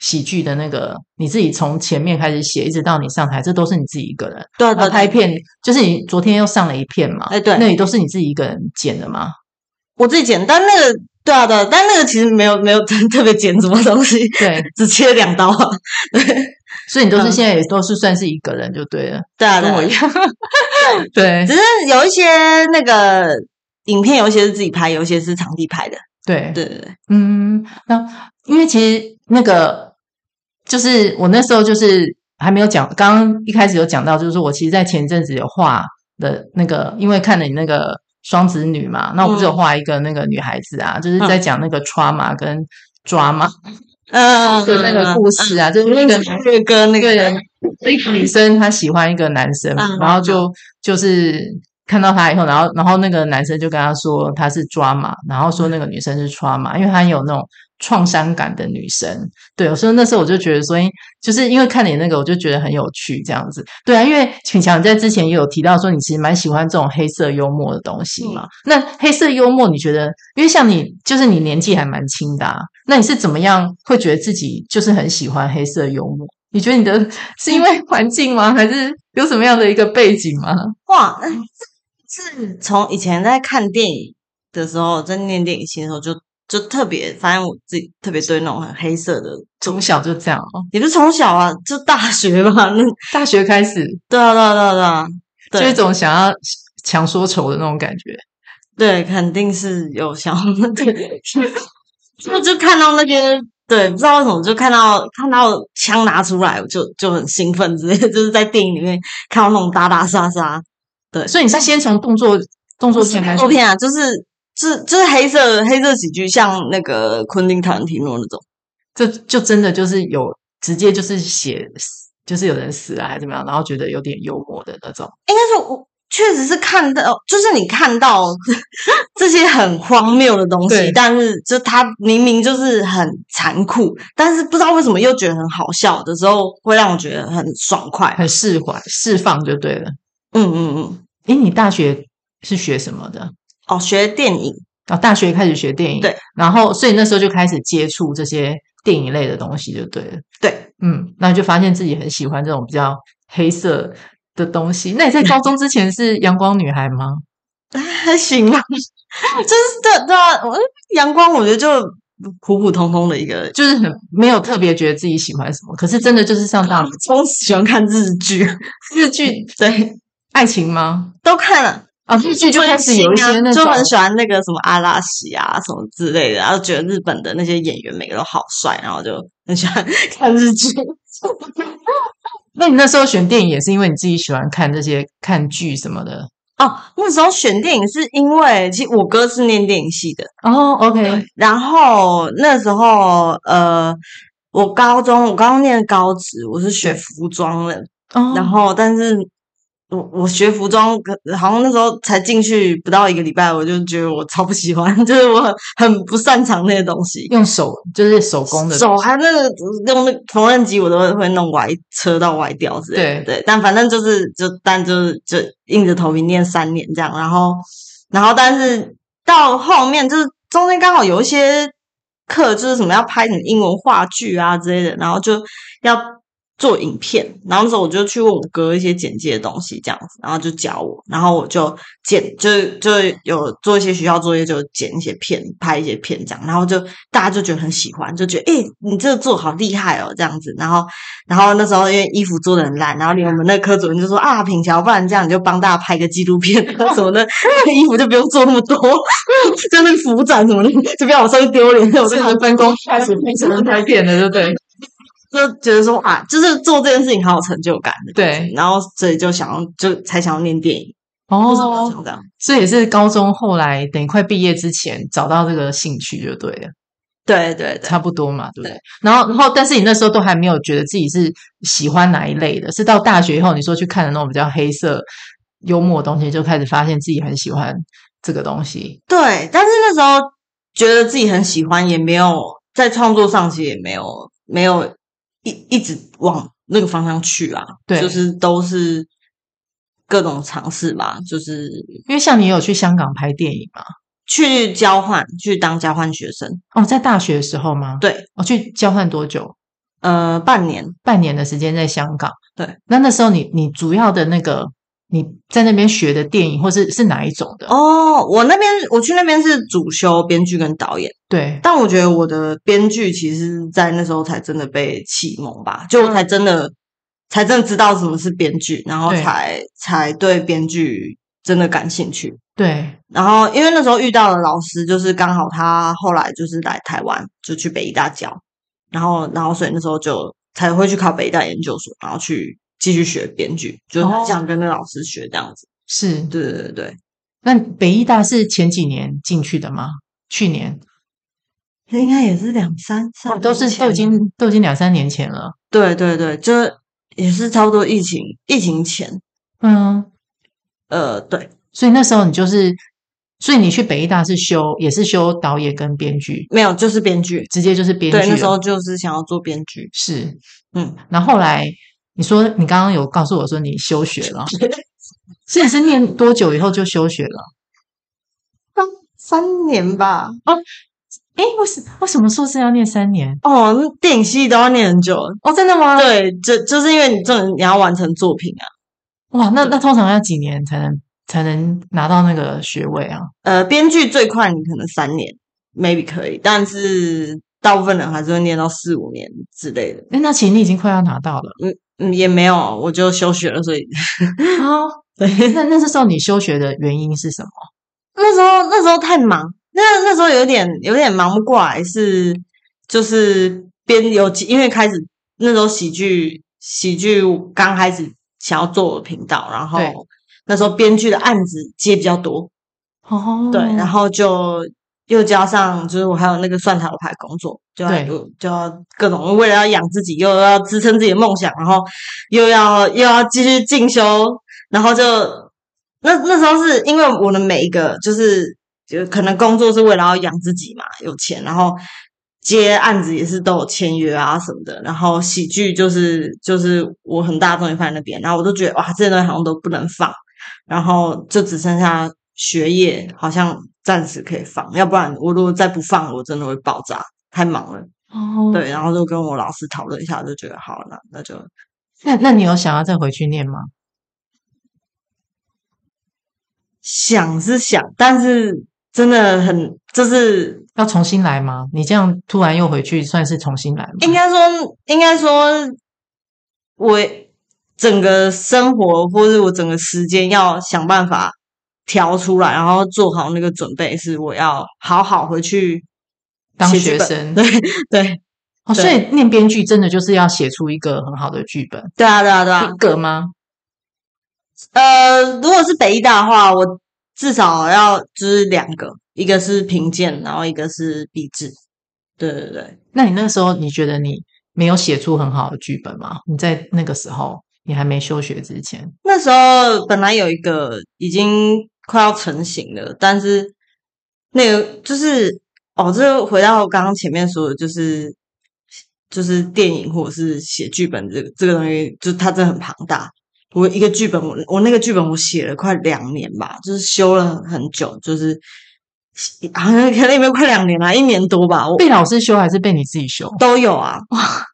[SPEAKER 2] 喜剧的那个，你自己从前面开始写，一直到你上台，这都是你自己一个人。
[SPEAKER 1] 对啊对
[SPEAKER 2] 那
[SPEAKER 1] 啊
[SPEAKER 2] 呃拍，片就是你昨天又上了一片嘛？
[SPEAKER 1] 哎对
[SPEAKER 2] 那也都是你自己一个人剪的吗？
[SPEAKER 1] 我自己剪，但那个对啊对啊，但那个其实没有没有特特别剪什么东西，
[SPEAKER 2] 对，
[SPEAKER 1] 只切两刀啊。
[SPEAKER 2] 所以你都是
[SPEAKER 1] 嗯
[SPEAKER 2] 现在也都是算是一个人就对 了，
[SPEAKER 1] 对啊，对
[SPEAKER 2] 跟
[SPEAKER 1] 啊
[SPEAKER 2] 我一样。对
[SPEAKER 1] 只是有一些那个影片，有一些是自己拍，有一些是场地拍的。
[SPEAKER 2] 对
[SPEAKER 1] 对对对，
[SPEAKER 2] 嗯，那因为其实那个就是我那时候就是还没有讲，刚刚一开始有讲到，就是说我其实，在前阵子有画的那个，因为看了你那个双子女嘛，那我不是有
[SPEAKER 1] 嗯
[SPEAKER 2] 画一个那个女孩子啊，就是
[SPEAKER 1] 嗯
[SPEAKER 2] 在讲那个 trauma 跟 drama
[SPEAKER 1] 嗯，
[SPEAKER 2] 的那个故事啊，就是那个
[SPEAKER 1] 月哥那
[SPEAKER 2] 那
[SPEAKER 1] 个
[SPEAKER 2] 个人，一个女生她喜欢一个男生，
[SPEAKER 1] 嗯
[SPEAKER 2] 然后就就是看到他以后，然后然后那个男生就跟她说他是抓马，然后说那个女生是抓马，因为她有那种创伤感的女生。对，所以那时候我就觉得所以就是因为看你那个，我就觉得很有趣这样子。对啊，因为请强在之前也有提到说，你其实蛮喜欢这种黑色幽默的东西
[SPEAKER 1] 嗯
[SPEAKER 2] 嘛。那黑色幽默，你觉得，因为像你，就是你年纪还蛮轻的、啊，那你是怎么样会觉得自己就是很喜欢黑色幽默？你觉得你的是因 为环境吗？还是有什么样的一个背景吗？
[SPEAKER 1] 哇，那是从以前在看电影的时候，在念电影系的时候就，就特别发现我自己特别对那种很黑色的，
[SPEAKER 2] 从小就这样哦，
[SPEAKER 1] 也不是从小啊，就大学吧，那
[SPEAKER 2] 大学开始
[SPEAKER 1] 对啊对啊对啊对啊，
[SPEAKER 2] 就
[SPEAKER 1] 对
[SPEAKER 2] 一种想要强说愁的那种感觉。
[SPEAKER 1] 对，肯定是有想要对，就就看到那些对，不知道为什么就看到看到枪拿出来，我就就很兴奋之类的，就是在电影里面看到那种打打杀杀，
[SPEAKER 2] 所以你是先从动作动作片开始
[SPEAKER 1] 作，片啊，就是就是就是黑色黑色喜剧，像那个昆汀塔伦提诺那种。
[SPEAKER 2] 这就真的就是有直接就是写死，就是有人死了还是怎么样，然后觉得有点幽默的那种。
[SPEAKER 1] 应该说，我确实是看到，哦就是你看到这些很荒谬的东西
[SPEAKER 2] 对，
[SPEAKER 1] 但是就它明明就是很残酷，但是不知道为什么又觉得很好笑的时候，会让我觉得很爽快。
[SPEAKER 2] 很释怀、释放就对了。
[SPEAKER 1] 嗯嗯嗯，
[SPEAKER 2] 诶，你大学是学什么的？
[SPEAKER 1] 哦，学电影，
[SPEAKER 2] 哦，大学开始学电影，
[SPEAKER 1] 对，
[SPEAKER 2] 然后所以那时候就开始接触这些电影类的东西，就对了。
[SPEAKER 1] 对，
[SPEAKER 2] 嗯，那就发现自己很喜欢这种比较黑色的东西。那你在高中之前是阳光女孩吗？
[SPEAKER 1] 还行吧，就是对对啊，我阳光我觉得就普普通通的一个，
[SPEAKER 2] 就是很没有特别觉得自己喜欢什么，可是真的就是上大
[SPEAKER 1] 啊从此喜欢看日剧，
[SPEAKER 2] 日剧
[SPEAKER 1] 对，
[SPEAKER 2] 爱情吗？
[SPEAKER 1] 都看了。
[SPEAKER 2] 啊，日剧就开始
[SPEAKER 1] 追
[SPEAKER 2] 有一
[SPEAKER 1] 星啊
[SPEAKER 2] 些那
[SPEAKER 1] 就
[SPEAKER 2] 种，
[SPEAKER 1] 很喜欢那个什么阿拉西啊什么之类的，然后觉得日本的那些演员每个都好帅，然后就很喜欢 看日剧。
[SPEAKER 2] 那你那时候选电影也是因为你自己喜欢看这些看剧什么的
[SPEAKER 1] 哦，那时候选电影是因为其实我哥是念电影系的，
[SPEAKER 2] 哦？OK，
[SPEAKER 1] 然后那时候呃，我高中我高中念高职，我是学服装的，
[SPEAKER 2] 哦，
[SPEAKER 1] 然后但是我我学服装，可好像那时候才进去不到一个礼拜，我就觉得我超不喜欢， 就是我很很不擅长那些东西。
[SPEAKER 2] 用手就是手工的，
[SPEAKER 1] 手还那个用那个缝纫机，我都会弄歪，车到歪掉之类的。对，但反正就是就但就是就硬着头皮念三年这样，然后然后但是到后面就是中间刚好有一些课，就是什么要拍什么英文话剧啊之类的，然后就要做影片，然后那时候我就去问我哥一些简介的东西这样子，然后就教我，然后我就剪，就是就有做一些学校作业，就剪一些片，拍一些片这样，然后就大家就觉得很喜欢，就觉得诶、你这个做好厉害哦这样子，然后然后那时候因为衣服做的很烂，然后连我们那科主任就说啊品乔，不然这样你就帮大家拍个纪录片啊什么的，衣服就不用做那么多， 就那服展什么的就不要往上丢脸，我就
[SPEAKER 2] 这个分工开始变成拍片的，对不对？
[SPEAKER 1] 就觉得说啊，就是做这件事情好有成就感的感觉，
[SPEAKER 2] 对
[SPEAKER 1] 然后所以就想要就才想要念电影，就是
[SPEAKER 2] 哦，
[SPEAKER 1] 这样。
[SPEAKER 2] 所以也是高中后来等于快毕业之前找到这个兴趣就对了，
[SPEAKER 1] 对对对，
[SPEAKER 2] 差不多嘛，对不对？然后，然后，但是你那时候都还没有觉得自己是喜欢哪一类的，是到大学以后，你说去看的那种比较黑色幽默的东西，就开始发现自己很喜欢这个东西。
[SPEAKER 1] 对，但是那时候觉得自己很喜欢，也没有在创作上其实也没有没有一一直往那个方向去啊，
[SPEAKER 2] 对
[SPEAKER 1] 就是都是各种尝试吧，就是
[SPEAKER 2] 因为像你有去香港拍电影嘛？
[SPEAKER 1] 去交换，去当交换学生，
[SPEAKER 2] 哦，在大学的时候吗？
[SPEAKER 1] 对，
[SPEAKER 2] 哦，去交换多久？
[SPEAKER 1] 呃，半年。
[SPEAKER 2] 半年的时间在香港。
[SPEAKER 1] 对，
[SPEAKER 2] 那那时候你你主要的那个你在那边学的电影，或是是哪一种的？，
[SPEAKER 1] 哦，我那边我去那边是主修编剧跟导演。
[SPEAKER 2] 对，
[SPEAKER 1] 但我觉得我的编剧其实，在那时候才真的被启蒙吧，就我才真的、才真的知道什么是编剧，然后
[SPEAKER 2] 嗯对
[SPEAKER 1] 才才对编剧真的感兴趣。
[SPEAKER 2] 对，
[SPEAKER 1] 然后因为那时候遇到的老师，就是刚好他后来就是来台湾，就去北医大教，然后然后所以那时候就才会去考北医大研究所，然后去继续学编剧，就是
[SPEAKER 2] 哦
[SPEAKER 1] 很想跟那老师学这样子。
[SPEAKER 2] 是。
[SPEAKER 1] 对对对对，
[SPEAKER 2] 那北医大是前几年进去的吗？去年
[SPEAKER 1] 应该也是两三
[SPEAKER 2] 哦
[SPEAKER 1] 三
[SPEAKER 2] 都是
[SPEAKER 1] 年前
[SPEAKER 2] 都已经都已经两三年前了。
[SPEAKER 1] 对对对，就是也是差不多疫情疫情前，
[SPEAKER 2] 嗯，
[SPEAKER 1] 呃，对，
[SPEAKER 2] 所以那时候你就是，所以你去北医大是修也是修导演跟编剧，
[SPEAKER 1] 没有就是编剧，哦
[SPEAKER 2] 直接就是编剧了。
[SPEAKER 1] 对，那时候就是想要做编剧，
[SPEAKER 2] 是，
[SPEAKER 1] 嗯，
[SPEAKER 2] 然后后来你说你刚刚有告诉我说你休学了，所以你是念多久以后就休学了？
[SPEAKER 1] 三年吧。
[SPEAKER 2] 诶，为什为什么硕士要念三年？
[SPEAKER 1] 哦，那电影系都要念很久，
[SPEAKER 2] 哦，真的吗？
[SPEAKER 1] 对，就就是因为你这种你要完成作品啊，
[SPEAKER 2] 哇，那那通常要几年才能才能拿到那个学位啊？
[SPEAKER 1] 呃，编剧最快你可能三年，maybe 可以，但是大部分人还是会念到四五年之类的。
[SPEAKER 2] 诶，那其实你已经快要拿 到了
[SPEAKER 1] 嗯，也没有，我就休学了，所以
[SPEAKER 2] 啊。
[SPEAKER 1] 对，
[SPEAKER 2] 那那时候你休学的原因是什么？
[SPEAKER 1] 那时候那时候太忙，那那时候有点有点忙不过来，是就是边有因为开始那时候喜剧喜剧刚开始想要做频道，然后
[SPEAKER 2] 对
[SPEAKER 1] 那时候编剧的案子接比较多，
[SPEAKER 2] 哦，
[SPEAKER 1] 对，然后就又加上就是我还有那个算塔罗牌工作，就要
[SPEAKER 2] 对
[SPEAKER 1] 有就要各种为了要养自己，又要支撑自己的梦想，然后又要又要继续进修，然后就那那时候是因为我的每一个就是就可能工作是为了要养自己嘛，有钱，然后。接案子也是都有签约啊什么的，然后喜剧就是就是我很大的东西放在那边，然后我都觉得哇，这些东西好像都不能放，然后就只剩下学业，好像暂时可以放，要不然我如果再不放，我真的会爆炸，太忙了。
[SPEAKER 2] 哦，
[SPEAKER 1] 对，然后就跟我老师讨论一下，就觉得好，那那就
[SPEAKER 2] 那那你有想要再回去念吗？
[SPEAKER 1] 想是想，但是真的很就是
[SPEAKER 2] 要重新来吗？你这样突然又回去，算是重新来吗？
[SPEAKER 1] 应该说，应该说，我整个生活或是我整个时间要想办法调出来，然后做好那个准备，是我要好好回去
[SPEAKER 2] 当
[SPEAKER 1] 写剧
[SPEAKER 2] 学
[SPEAKER 1] 本
[SPEAKER 2] 生
[SPEAKER 1] 对对
[SPEAKER 2] 哦，所
[SPEAKER 1] 对
[SPEAKER 2] 以念编剧真的就是要写出一个很好的剧本，
[SPEAKER 1] 对啊对啊对啊
[SPEAKER 2] 一，个吗？
[SPEAKER 1] 呃，如果是北医大的话，我至少要就是两个，一个是评鉴，然后一个是毕制。对对对，
[SPEAKER 2] 那你那时候你觉得你没有写出很好的剧本吗？你在那个时候，你还没休学之前，
[SPEAKER 1] 那时候本来有一个已经快要成型了，但是那个就是哦，这回到我刚刚前面说的，就是就是电影或者是写剧本这个这个东西，就是它真的很庞大。我一个剧本，我我那个剧本我写了快两年吧，就是修了很久，就是好像可能也没有快两年啦、一年多吧，我
[SPEAKER 2] 被老师修还是被你自己修？
[SPEAKER 1] 都有啊，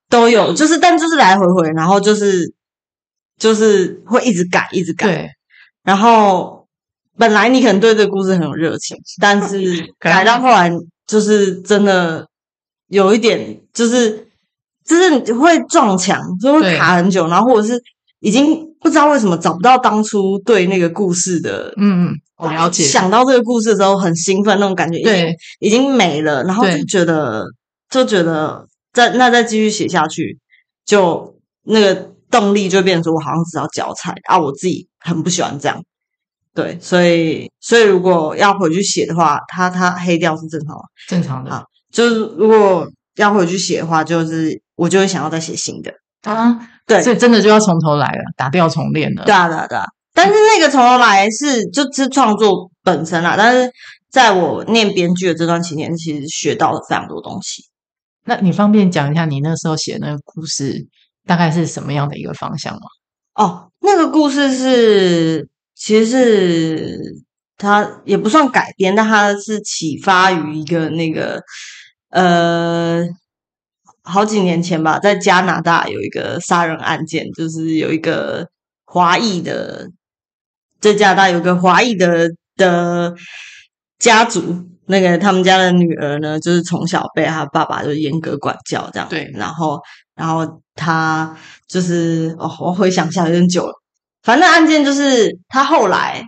[SPEAKER 1] 都有，就是但就是来回回，然后就是就是会一直改，一直改，
[SPEAKER 2] 对，
[SPEAKER 1] 然后本来你可能对这个故事很有热情，但 是
[SPEAKER 2] 改
[SPEAKER 1] 改到后来就是真的有一点，就是就是你会撞墙，就会
[SPEAKER 2] 对
[SPEAKER 1] 卡很久，然后或者是已经不知道为什么找不到当初对那个故事的。
[SPEAKER 2] 嗯嗯，我了解。
[SPEAKER 1] 想到这个故事的时候，很兴奋，那种感觉已经
[SPEAKER 2] 对，
[SPEAKER 1] 已经没了，然后就
[SPEAKER 2] 对
[SPEAKER 1] 觉得就觉得再那再继续写下去，就那个动力就变成说我好像只要脚踩啊，我自己很不喜欢这样。对，所以所以如果要回去写的话，它它黑掉是正常的。
[SPEAKER 2] 正常的
[SPEAKER 1] 好就是如果要回去写的话，就是我就会想要再写新的。
[SPEAKER 2] 啊，
[SPEAKER 1] 对，
[SPEAKER 2] 所以真的就要从头来了，打掉重练了。
[SPEAKER 1] 对啊，对啊，对啊。但是那个从头来是就是创作本身啦，但是在我念编剧的这段期间，其实学到了非常多东西。
[SPEAKER 2] 那你方便讲一下你那时候写那个故事大概是什么样的一个方向 吗？
[SPEAKER 1] 哦，那个故事是，其实是它也不算改编，但它是启发于一个那个呃，好几年前吧，在加拿大有一个杀人案件，就是有一个华裔的，在加拿大有个华裔的的家族。那个他们家的女儿呢，就是从小被她爸爸就严格管教这样，
[SPEAKER 2] 对
[SPEAKER 1] 然后然后他就是哦，我回想一下有点久了，反正案件就是他后来，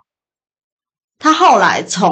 [SPEAKER 1] 他后来从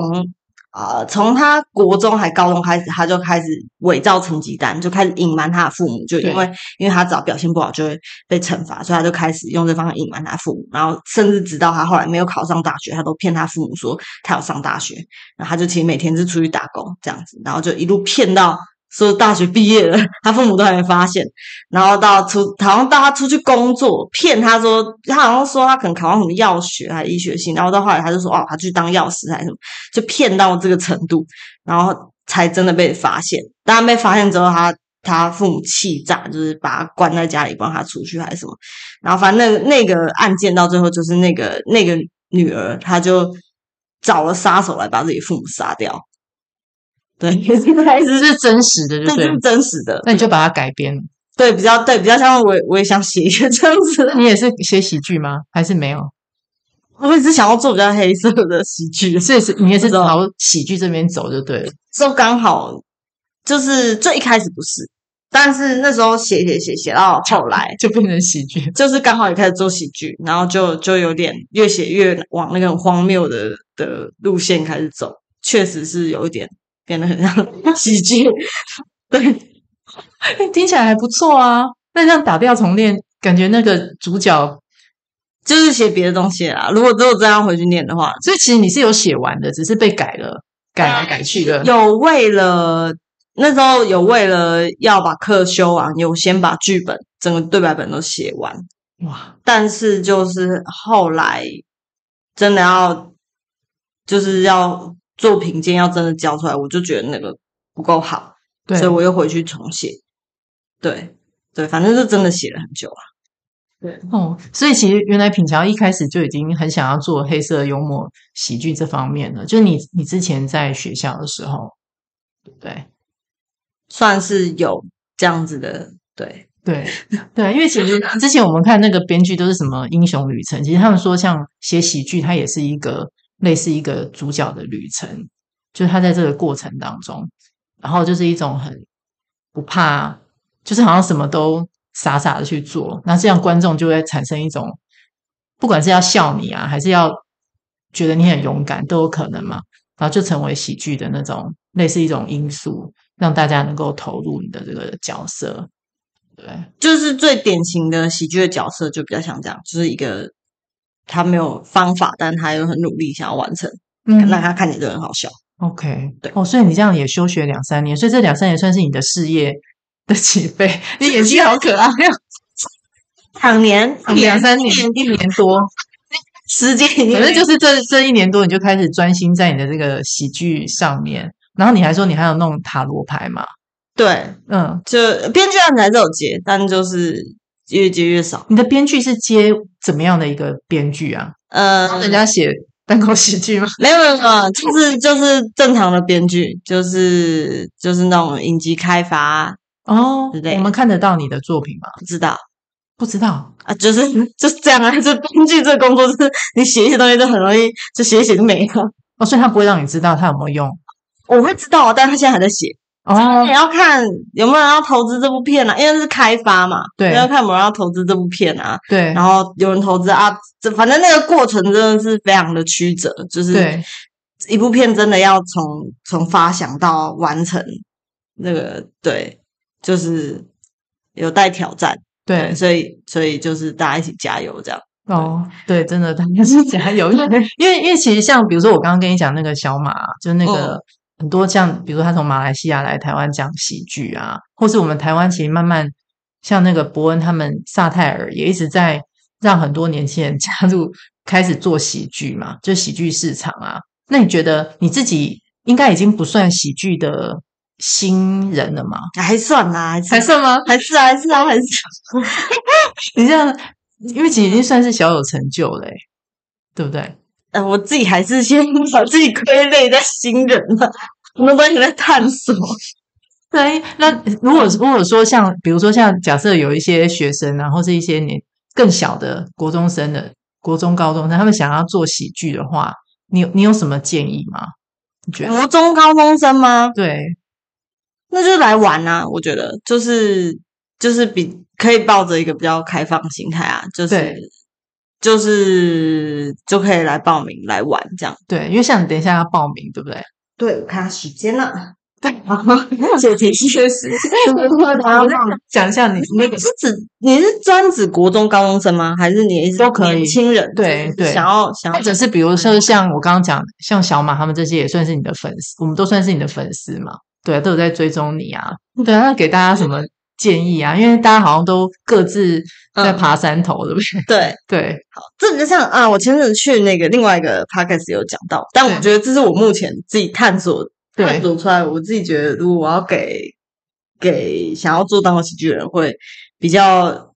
[SPEAKER 1] 呃从他国中还高中开始，他就开始伪造成绩单，就开始隐瞒他的父母，就
[SPEAKER 2] 对
[SPEAKER 1] 因为因为他只要表现不好就会被惩罚，所以他就开始用这方法隐瞒他父母，然后甚至直到他后来没有考上大学，他都骗他父母说他有上大学，然后他就其实每天是出去打工这样子，然后就一路骗到说大学毕业了，他父母都还没发现，然后到出好像到他出去工作，骗他说他好像说他可能考上什么药学还是医学系，然后到后来他就说哦他去当药师还是什么，就骗到这个程度，然后才真的被发现。当然被发现之后他。他父母气炸，就是把他关在家里，不让他出去还是什么。然后反正那个那个案件到最后就是那个那个女儿，她就找了杀手来把自己父母杀掉。对，
[SPEAKER 2] 这是真实的，
[SPEAKER 1] 这
[SPEAKER 2] 嗯就对
[SPEAKER 1] 是
[SPEAKER 2] 了。
[SPEAKER 1] 真实的。
[SPEAKER 2] 那你就把它改编了。
[SPEAKER 1] 对，比较对，比较像我，我也想写一个 这样子的
[SPEAKER 2] 那。你也是写喜剧吗？还是没有？
[SPEAKER 1] 我也是想要做比较黑色的喜剧，
[SPEAKER 2] 所以是你也是
[SPEAKER 1] 不知道
[SPEAKER 2] 朝喜剧这边走就对了。
[SPEAKER 1] 就刚好就是最一开始不是，但是那时候写写写写到后来，
[SPEAKER 2] 就变成喜剧。
[SPEAKER 1] 就是刚好也开始做喜剧，然后就就有点越写越往那个很荒谬的的路线开始走，确实是有一点变得很 像喜剧。对，
[SPEAKER 2] 哎，听起来还不错啊。那这样打掉重练，感觉那个主角，
[SPEAKER 1] 就是写别的东西啦。如果只有这样回去念的话，
[SPEAKER 2] 所以其实你是有写完的，只是被改了，改来改去的。
[SPEAKER 1] 有为了那时候有为了要把课修完，有先把剧本整个对白本都写完，
[SPEAKER 2] 哇，
[SPEAKER 1] 但是就是后来真的要就是要做评鉴，要真的交出来，我就觉得那个不够好，
[SPEAKER 2] 对
[SPEAKER 1] 所以，我又回去重写。对对，反正就真的写了很久啊。对，
[SPEAKER 2] 哦，所以其实原来品乔一开始就已经很想要做黑色幽默喜剧这方面了，就是你你之前在学校的时候，对不对？
[SPEAKER 1] 算是有这样子的。对，
[SPEAKER 2] 对对，因为其实之前我们看那个编剧都是什么英雄旅程，其实他们说像写喜剧，它也是一个类似一个主角的旅程。就是他在这个过程当中，然后就是一种很不怕，就是好像什么都傻傻的去做，那这样观众就会产生一种，不管是要笑你啊，还是要觉得你很勇敢，都有可能嘛，然后就成为喜剧的那种类似一种因素，让大家能够投入你的这个角色，对。
[SPEAKER 1] 就是最典型的喜剧的角色，就比较像这样，就是一个他没有方法，但他又很努力想要完成，
[SPEAKER 2] 嗯
[SPEAKER 1] 让他看起来就很好笑。
[SPEAKER 2] OK，
[SPEAKER 1] 对
[SPEAKER 2] 哦，所以你这样也休学两三年，所以这两三年算是你的事业的起飞。 你眼睛好可 爱哦，
[SPEAKER 1] 两年，
[SPEAKER 2] 两三年，
[SPEAKER 1] 一
[SPEAKER 2] 一年多，
[SPEAKER 1] 时间已经
[SPEAKER 2] 反正就是这这一年多，你就开始专心在你的这个喜剧上面。然后你还说你还有弄塔罗牌嘛？
[SPEAKER 1] 对，
[SPEAKER 2] 嗯，
[SPEAKER 1] 就编剧案子还是有接，但就是越接越少。
[SPEAKER 2] 你的编剧是接怎么样的一个编剧啊？
[SPEAKER 1] 呃，
[SPEAKER 2] 帮人家写单口喜剧吗？
[SPEAKER 1] 没有没有没有，就是就是正常的编剧，就是就是那种影集开发，
[SPEAKER 2] 哦
[SPEAKER 1] 之类，的
[SPEAKER 2] 我们看得到你的作品吗？
[SPEAKER 1] 不知道
[SPEAKER 2] 不知道，
[SPEAKER 1] 啊，就是就是这样啊。这编剧这个工作，就是你写一些东西就很容易就写一写就没了。
[SPEAKER 2] 哦，所以他不会让你知道他有没有用。
[SPEAKER 1] 我会知道啊，但他现在还在写，
[SPEAKER 2] 哦
[SPEAKER 1] 也，要看有没有人要投资这部片啊，因为是开发嘛，
[SPEAKER 2] 对
[SPEAKER 1] 要看有没有人要投资这部片啊。
[SPEAKER 2] 对
[SPEAKER 1] 然后有人投资啊，这反正那个过程真的是非常的曲折，就是
[SPEAKER 2] 对，
[SPEAKER 1] 一部片真的要从从发想到完成，那个对，就是有待挑战，
[SPEAKER 2] 对，
[SPEAKER 1] 所以所以就是大家一起加油这样。
[SPEAKER 2] 哦，对，真的，他们是加油，因为因为因为其实像比如说我刚刚跟你讲那个小马，啊就是那个很多像比如说他从马来西亚来台湾讲喜剧啊，或是我们台湾其实慢慢像那个伯恩他们萨泰尔也一直在让很多年轻人 加入开始做喜剧嘛，就喜剧市场啊。那你觉得你自己应该已经不算喜剧的新人了吗？
[SPEAKER 1] 还算啦，还
[SPEAKER 2] 还
[SPEAKER 1] 是
[SPEAKER 2] 算吗？
[SPEAKER 1] 还是啊，还是啊，还 是
[SPEAKER 2] 你这样，因为其实已经算是小有成就嘞、对不对？
[SPEAKER 1] 呃，我自己还是先把自己归类在新人 了，很多东西还在探索。
[SPEAKER 2] 对，那如果如果说像，比如说像假设有一些学生啊，然后是一些年更小的国中生的国中高中生，他们想要做喜剧的话，你有你有什么建议吗？你觉得？
[SPEAKER 1] 国中高中生吗？
[SPEAKER 2] 对，
[SPEAKER 1] 那就来玩啊！我觉得就是就是比可以抱着一个比较开放心态啊，就是
[SPEAKER 2] 对
[SPEAKER 1] 就是就可以来报名来玩这样。
[SPEAKER 2] 对，因为像你等一下要报名，对不对？
[SPEAKER 1] 对，我看下时间了。
[SPEAKER 2] 对，
[SPEAKER 1] 谢提示是，
[SPEAKER 2] 我再讲一下你那 个
[SPEAKER 1] 你是指你是专指国中高中生吗？还是你是
[SPEAKER 2] 都可以
[SPEAKER 1] 年轻人
[SPEAKER 2] 对
[SPEAKER 1] 就是
[SPEAKER 2] 对
[SPEAKER 1] 想要想
[SPEAKER 2] 或
[SPEAKER 1] 要
[SPEAKER 2] 者是比如说像我刚刚讲，像小马他们这些也算是你的粉丝，我们都算是你的粉丝嘛，对啊、都有在追踪你啊，对啊，那给大家什么建议啊？因为大家好像都各自在
[SPEAKER 1] 嗯
[SPEAKER 2] 爬山头，对不对？
[SPEAKER 1] 对，
[SPEAKER 2] 对，
[SPEAKER 1] 这就像啊，我前阵子去那个另外一个 podcast 有讲到，但我
[SPEAKER 2] 对
[SPEAKER 1] 觉得这是我目前自己探索
[SPEAKER 2] 对
[SPEAKER 1] 探索出来，我自己觉得，如果我要给给想要做单口喜剧的人，会比较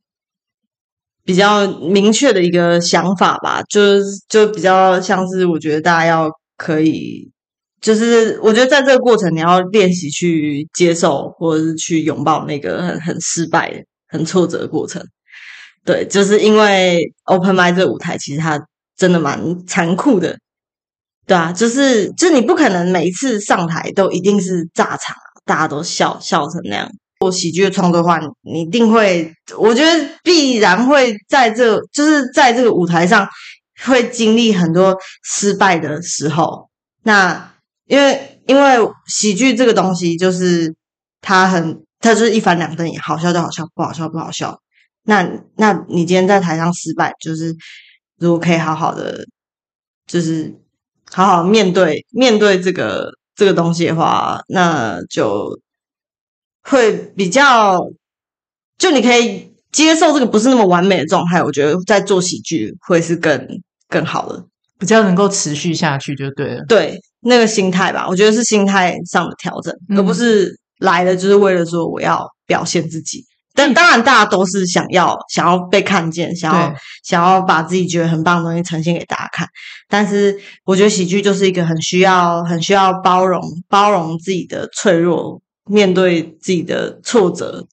[SPEAKER 1] 比较明确的一个想法吧，就是就比较像是我觉得大家要可以，就是我觉得在这个过程你要练习去接受或者是去拥抱那个很很失败的、很挫折的过程。对，就是因为 open m i c 这个舞台，其实它真的蛮残酷的，对啊，就是就是你不可能每一次上台都一定是炸场，啊大家都笑笑成那样。做喜剧的创作的话，你一定会，我觉得必然会在这，就是在这个舞台上会经历很多失败的时候。那因为因为喜剧这个东西，就是它很，它就是一翻两瞪眼，好笑就好笑，不好笑不好笑。那那你今天在台上失败，就是如果可以好好的，就是好好面对面对这个这个东西的话，那就会比较，就你可以接受这个不是那么完美的状态。我觉得在做喜剧会是更更好的，
[SPEAKER 2] 比较能够持续下去就对了。
[SPEAKER 1] 对那个心态吧，我觉得是心态上的调整，
[SPEAKER 2] 嗯
[SPEAKER 1] 而不是来了就是为了说我要表现自己。但当然，大家都是想要想要被看见，想要
[SPEAKER 2] 对
[SPEAKER 1] 想要把自己觉得很棒的东西呈现给大家看。但是我觉得喜剧就是一个很需要、很需要包容、包容自己的脆弱，面对自己的挫折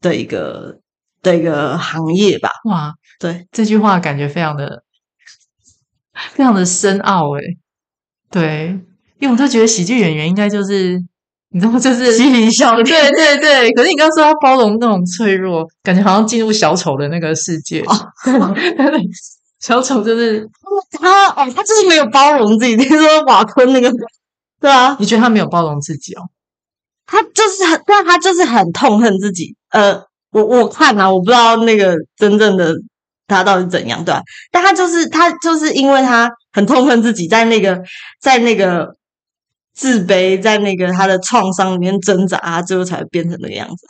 [SPEAKER 1] 的一个的一个行业吧。
[SPEAKER 2] 哇，
[SPEAKER 1] 对，
[SPEAKER 2] 这句话感觉非常的欸非常的深奥诶。对，因为我都觉得喜剧演员应该就是，你知道，就是
[SPEAKER 1] 嬉皮笑脸，
[SPEAKER 2] 对对对，可是你刚刚说他包容那种脆弱，感觉好像进入小丑的那个世界。对小丑就是，
[SPEAKER 1] 他哦，他就是没有包容自己。听说瓦昆那个，对啊，
[SPEAKER 2] 你觉得他没有包容自己哦？
[SPEAKER 1] 他就是很，但他就是很痛恨自己。呃，我我看啊，我不知道那个真正的他到底怎样，对吧、但他就是他就是因为他很痛恨自己，在那个在那个自卑，在那个他的创伤里面挣扎，他最后才变成那个样子，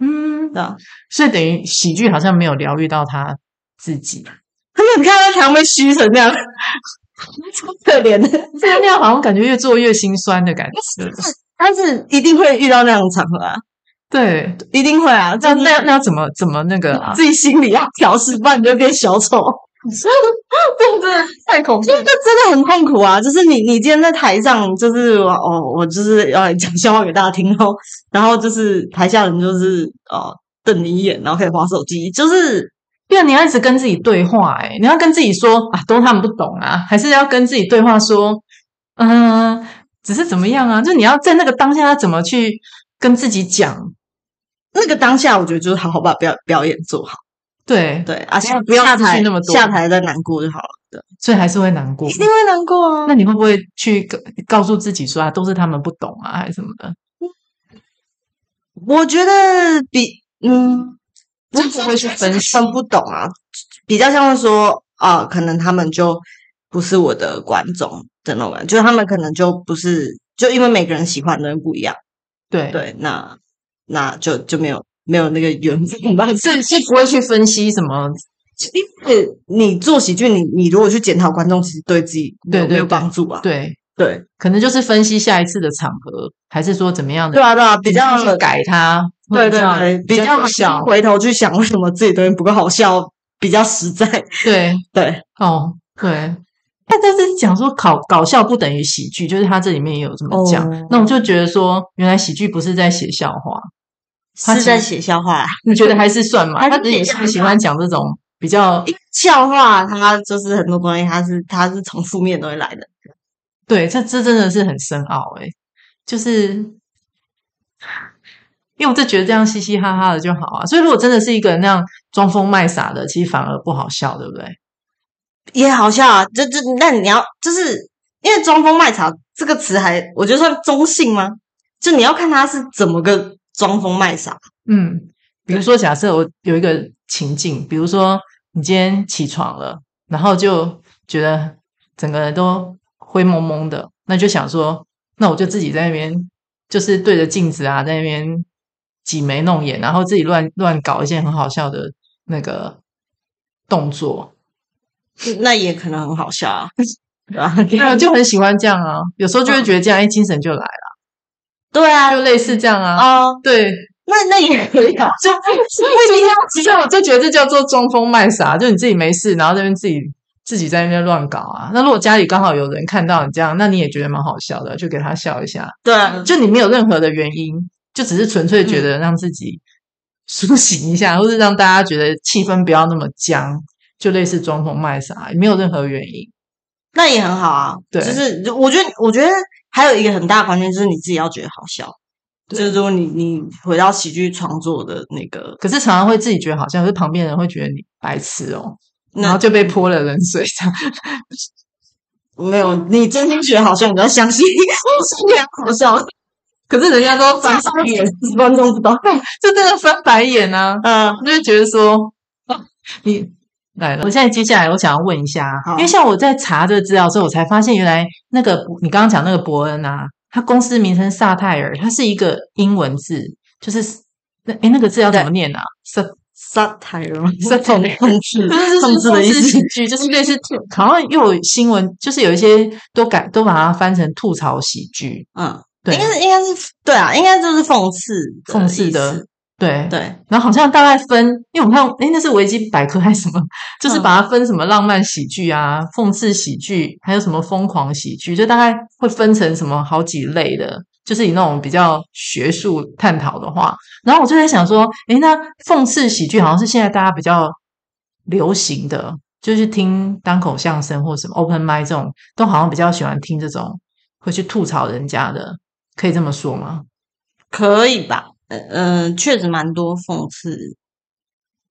[SPEAKER 2] 嗯
[SPEAKER 1] 对，吧、
[SPEAKER 2] 所以等于喜剧好像没有疗愈到他自己，
[SPEAKER 1] 他那你看他常被虚成那样， 超可怜的。
[SPEAKER 2] 这样那样好像感觉越做越心酸的感觉。
[SPEAKER 1] 但是一定会遇到那样的场合啊，
[SPEAKER 2] 对，
[SPEAKER 1] 一定会啊，就
[SPEAKER 2] 那
[SPEAKER 1] 是
[SPEAKER 2] 那那要怎么怎么那个啊？
[SPEAKER 1] 自己心里要调试，不然你就变小丑。
[SPEAKER 2] 这真的太恐怖
[SPEAKER 1] 因为那真的很痛苦啊！就是你，你今天在台上，就是我哦，我就是要来讲笑话给大家听哦，然后就是台下人就是哦瞪你一眼，然后开始划手机，就是
[SPEAKER 2] 对啊，你要一直跟自己对话、欸，你要跟自己说啊，都他们不懂啊，还是要跟自己对话说，嗯、只是怎么样啊？就你要在那个当下，要怎么去跟自己讲？
[SPEAKER 1] 那个当下，我觉得就是好好把表表演做好，
[SPEAKER 2] 对，
[SPEAKER 1] 对，而且
[SPEAKER 2] 不要
[SPEAKER 1] 不要
[SPEAKER 2] 下
[SPEAKER 1] 下
[SPEAKER 2] 次
[SPEAKER 1] 台
[SPEAKER 2] 去那么多
[SPEAKER 1] 下台再难过就好了，对，
[SPEAKER 2] 所以还是会难过
[SPEAKER 1] 一。定会难过啊。
[SPEAKER 2] 那你会不会去告告诉自己说啊，都是他们不懂啊，还是什么的？
[SPEAKER 1] 我觉得比嗯，
[SPEAKER 2] 就不会去分析
[SPEAKER 1] 分不懂啊，比较像是说啊、可能他们就不是我的观众的那种感觉，就是他们可能就不是，就因为每个人喜欢的人不一样，
[SPEAKER 2] 对，
[SPEAKER 1] 对，那那就就没有没有那个缘分 吧。
[SPEAKER 2] 是是不会去分析什么，
[SPEAKER 1] 因为你做喜剧，你你如果去检讨观众，其实对自己没有
[SPEAKER 2] 对对
[SPEAKER 1] 没有
[SPEAKER 2] 对
[SPEAKER 1] 帮助啊。
[SPEAKER 2] 对，
[SPEAKER 1] 对
[SPEAKER 2] 可能就是分析下一次的场合，还是说怎么样的，
[SPEAKER 1] 对啊对啊，比
[SPEAKER 2] 比
[SPEAKER 1] 较
[SPEAKER 2] 去改它，或
[SPEAKER 1] 对
[SPEAKER 2] 者
[SPEAKER 1] 对
[SPEAKER 2] 这样
[SPEAKER 1] 对，比较
[SPEAKER 2] 较
[SPEAKER 1] 好
[SPEAKER 2] 有效，
[SPEAKER 1] 回头去想为什么自己的东西不够好笑，比较实在。
[SPEAKER 2] 对。
[SPEAKER 1] 对，
[SPEAKER 2] 哦，对。但但是讲说搞搞笑不等于喜剧，就是他这里面也有这么讲。
[SPEAKER 1] 哦
[SPEAKER 2] 那我就觉得说，原来喜剧不是在写笑话，他
[SPEAKER 1] 是
[SPEAKER 2] 其
[SPEAKER 1] 在
[SPEAKER 2] 实
[SPEAKER 1] 写笑话啦。
[SPEAKER 2] 你觉得还是算嘛？
[SPEAKER 1] 还
[SPEAKER 2] 他
[SPEAKER 1] 是
[SPEAKER 2] 自己
[SPEAKER 1] 写
[SPEAKER 2] 是
[SPEAKER 1] 笑
[SPEAKER 2] 不是喜
[SPEAKER 1] 话
[SPEAKER 2] 欢讲这种比较
[SPEAKER 1] 因为 笑话它就是很多东西，它是它是从负面的东西来的。
[SPEAKER 2] 对，这这真的是很深奥诶、就是因为我就觉得这样嘻嘻哈哈的就好啊。所以如果真的是一个那样装疯卖傻的，其实反而不好笑，对不对？
[SPEAKER 1] 也好笑啊，这这那你要就是因为“装疯卖傻”这个词还，我觉得算中性吗？就你要看他是怎么个装疯卖傻。
[SPEAKER 2] 嗯，比如说，假设我有一个情境，比如说你今天起床了，然后就觉得整个人都灰蒙蒙的，那就想说，那我就自己在那边就是对着镜子啊，在那边挤眉弄眼，然后自己乱乱搞一些很好笑的那个动作，
[SPEAKER 1] 那也可能很好笑啊，对吧？
[SPEAKER 2] 对啊，就很喜欢这样啊。有时候就会觉得这样，哎，精神就来了，
[SPEAKER 1] 对啊，
[SPEAKER 2] 就类似这样啊。
[SPEAKER 1] 哦，
[SPEAKER 2] 对，
[SPEAKER 1] 那那也可以啊，
[SPEAKER 2] 就
[SPEAKER 1] 为什 么要
[SPEAKER 2] 其实我就觉得这叫做装疯卖傻，就你自己没事，然后这边自己自己在那边乱搞啊。那如果家里刚好有人看到你这样，那你也觉得蛮好笑的，就给他笑一下。
[SPEAKER 1] 对啊，
[SPEAKER 2] 就你没有任何的原因，就只是纯粹觉得让自己苏醒一下，或是让大家觉得气氛不要那么僵，就类似装疯卖傻，也没有任何原因。
[SPEAKER 1] 那也很好啊。
[SPEAKER 2] 对
[SPEAKER 1] 就是我觉得，我觉得还有一个很大的关键就是你自己要觉得好笑。就是如果你你回到喜剧创作的那个，
[SPEAKER 2] 可是常常会自己觉得好像，可是旁边人会觉得你白痴哦，然
[SPEAKER 1] 那
[SPEAKER 2] 后就被泼了冷水 这样。
[SPEAKER 1] 没有，你真心觉得好笑，你就要相信 是这样好笑。
[SPEAKER 2] 可是人家都
[SPEAKER 1] 长上也是观众不懂。
[SPEAKER 2] 就真的翻白眼啊。
[SPEAKER 1] 嗯，
[SPEAKER 2] 我就会觉得说，哦你来了。我现在接下来我想要问一下啊
[SPEAKER 1] 好，
[SPEAKER 2] 因为像我在查这个资料之后，我才发现原来那个你刚刚讲那个伯恩啊，他公司名称萨泰尔，它是一个英文字，就是那诶那个字要怎么念啊？萨
[SPEAKER 1] 撒台了吗？
[SPEAKER 2] 撒台了
[SPEAKER 1] 控制，
[SPEAKER 2] 就是
[SPEAKER 1] 控制的意思
[SPEAKER 2] 喜。剧，就是类似吐，好像又有新闻，就是有一些都改都把它翻成吐槽喜剧，
[SPEAKER 1] 嗯，
[SPEAKER 2] 对
[SPEAKER 1] 应该是应该是对啊，应该就是讽刺的
[SPEAKER 2] 讽刺
[SPEAKER 1] 意
[SPEAKER 2] 的
[SPEAKER 1] 思，
[SPEAKER 2] 对
[SPEAKER 1] 对，
[SPEAKER 2] 然后好像大概分，因为我看，哎，那是维基百科还是什么？就是
[SPEAKER 1] 嗯
[SPEAKER 2] 把它分什么浪漫喜剧啊、讽刺喜剧，还有什么疯狂喜剧，就大概会分成什么好几类的。就是以那种比较学术探讨的话，然后我就在想说，哎，那讽刺喜剧好像是现在大家比较流行的，就是听单口相声或什么 open mic 这种，都好像比较喜欢听这种会去吐槽人家的，可以这么说吗？
[SPEAKER 1] 可以吧？呃呃，确实蛮多讽刺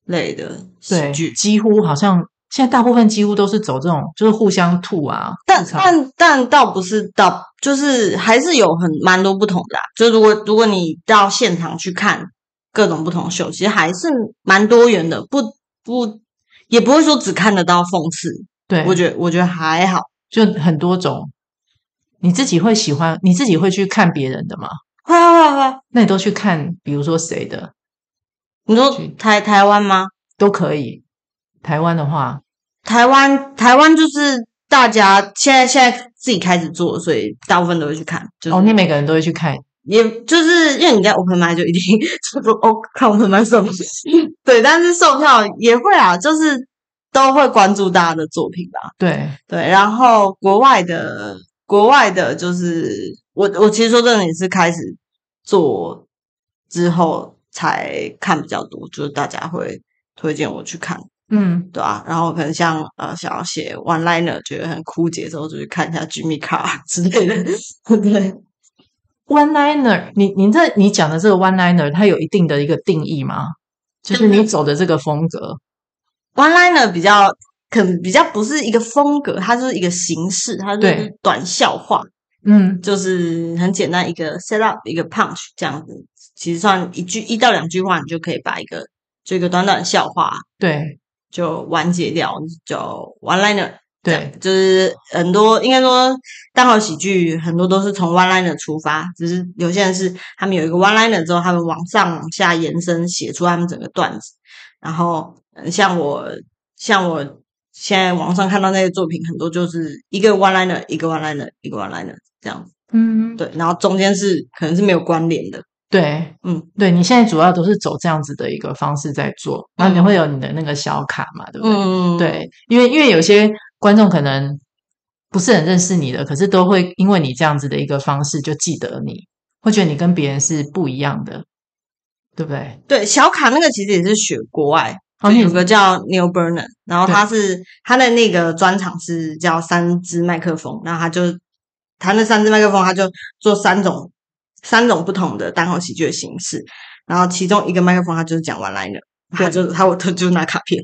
[SPEAKER 1] 类的喜
[SPEAKER 2] 对，
[SPEAKER 1] 剧，
[SPEAKER 2] 几乎好像现在大部分几乎都是走这种，就是互相吐啊。
[SPEAKER 1] 但
[SPEAKER 2] 吐槽
[SPEAKER 1] 但但倒不是到，就是还是有很蛮多不同的、啊。就如果如果你到现场去看各种不同的秀，其实还是蛮多元的，不不也不会说只看得到讽刺。
[SPEAKER 2] 对，
[SPEAKER 1] 我觉得我觉得还好，
[SPEAKER 2] 就很多种。你自己会喜欢，你自己会去看别人的吗？
[SPEAKER 1] 会会会会。
[SPEAKER 2] 那你都去看，比如说谁的
[SPEAKER 1] 你说
[SPEAKER 2] 去
[SPEAKER 1] 台台湾吗？
[SPEAKER 2] 都可以。台湾的话，
[SPEAKER 1] 台湾台湾就是大家现在现在自己开始做，所以大部分都会去看。就是、
[SPEAKER 2] 哦，你每个人都会去看，
[SPEAKER 1] 也就是因为你在 open mic 就一定 就是哦，看 open mic 什么， 对，但是售票也会啊，就是都会关注大家的作品吧，
[SPEAKER 2] 对，
[SPEAKER 1] 对，然后国外的国外的，就是我我其实说真的也是开始做之后才看比较多，就是大家会推荐我去看，
[SPEAKER 2] 嗯，
[SPEAKER 1] 对啊，然后可能像呃想要写 one liner 觉得很枯竭之后，就去看一下 Jimmy Carr 之类的， 对。
[SPEAKER 2] one liner，你你这你讲的这个 one liner，它有一定的一个定义吗？就是你走的这个风格，
[SPEAKER 1] One liner 比较可能比较不是一个风格，它就是一个形式，它就
[SPEAKER 2] 对
[SPEAKER 1] 是短笑话，
[SPEAKER 2] 嗯，
[SPEAKER 1] 就是很简单一个 set up 一个 punch 这样子，其实算一句一到两句话，你就可以把一个这个短短的笑话
[SPEAKER 2] 对
[SPEAKER 1] 就完结掉，就 one liner。
[SPEAKER 2] 对，
[SPEAKER 1] 就是很多应该说单口喜剧很多都是从 one liner 出发，只是有些人是他们有一个 one liner 之后，他们往上往下延伸写出他们整个段子。然后呃像我像我现在网上看到那些作品，很多就是一个 one liner 一个 one liner 一个 one liner 这样子。
[SPEAKER 2] 嗯，
[SPEAKER 1] 对，然后中间是可能是没有关联的。
[SPEAKER 2] 对，
[SPEAKER 1] 嗯，
[SPEAKER 2] 对你现在主要都是走这样子的一个方式在做，然后你
[SPEAKER 1] 嗯
[SPEAKER 2] 会有你的那个小卡嘛，对不对？
[SPEAKER 1] 嗯，
[SPEAKER 2] 对，因为因为有些观众可能不是很认识你的，可是都会因为你这样子的一个方式就记得你，会觉得你跟别人是不一样的，对不对？
[SPEAKER 1] 对，小卡那个其实也是学国外，
[SPEAKER 2] 哦
[SPEAKER 1] 就
[SPEAKER 2] 你
[SPEAKER 1] 有个叫 Neil Brennan，然后
[SPEAKER 2] 对
[SPEAKER 1] 他是他的那个专场是叫三支麦克风，然后他就他那三支麦克风，他就做三种三种不同的单口喜剧的形式，然后其中一个麦克风他就是讲 one liner，他就他我他就拿卡片。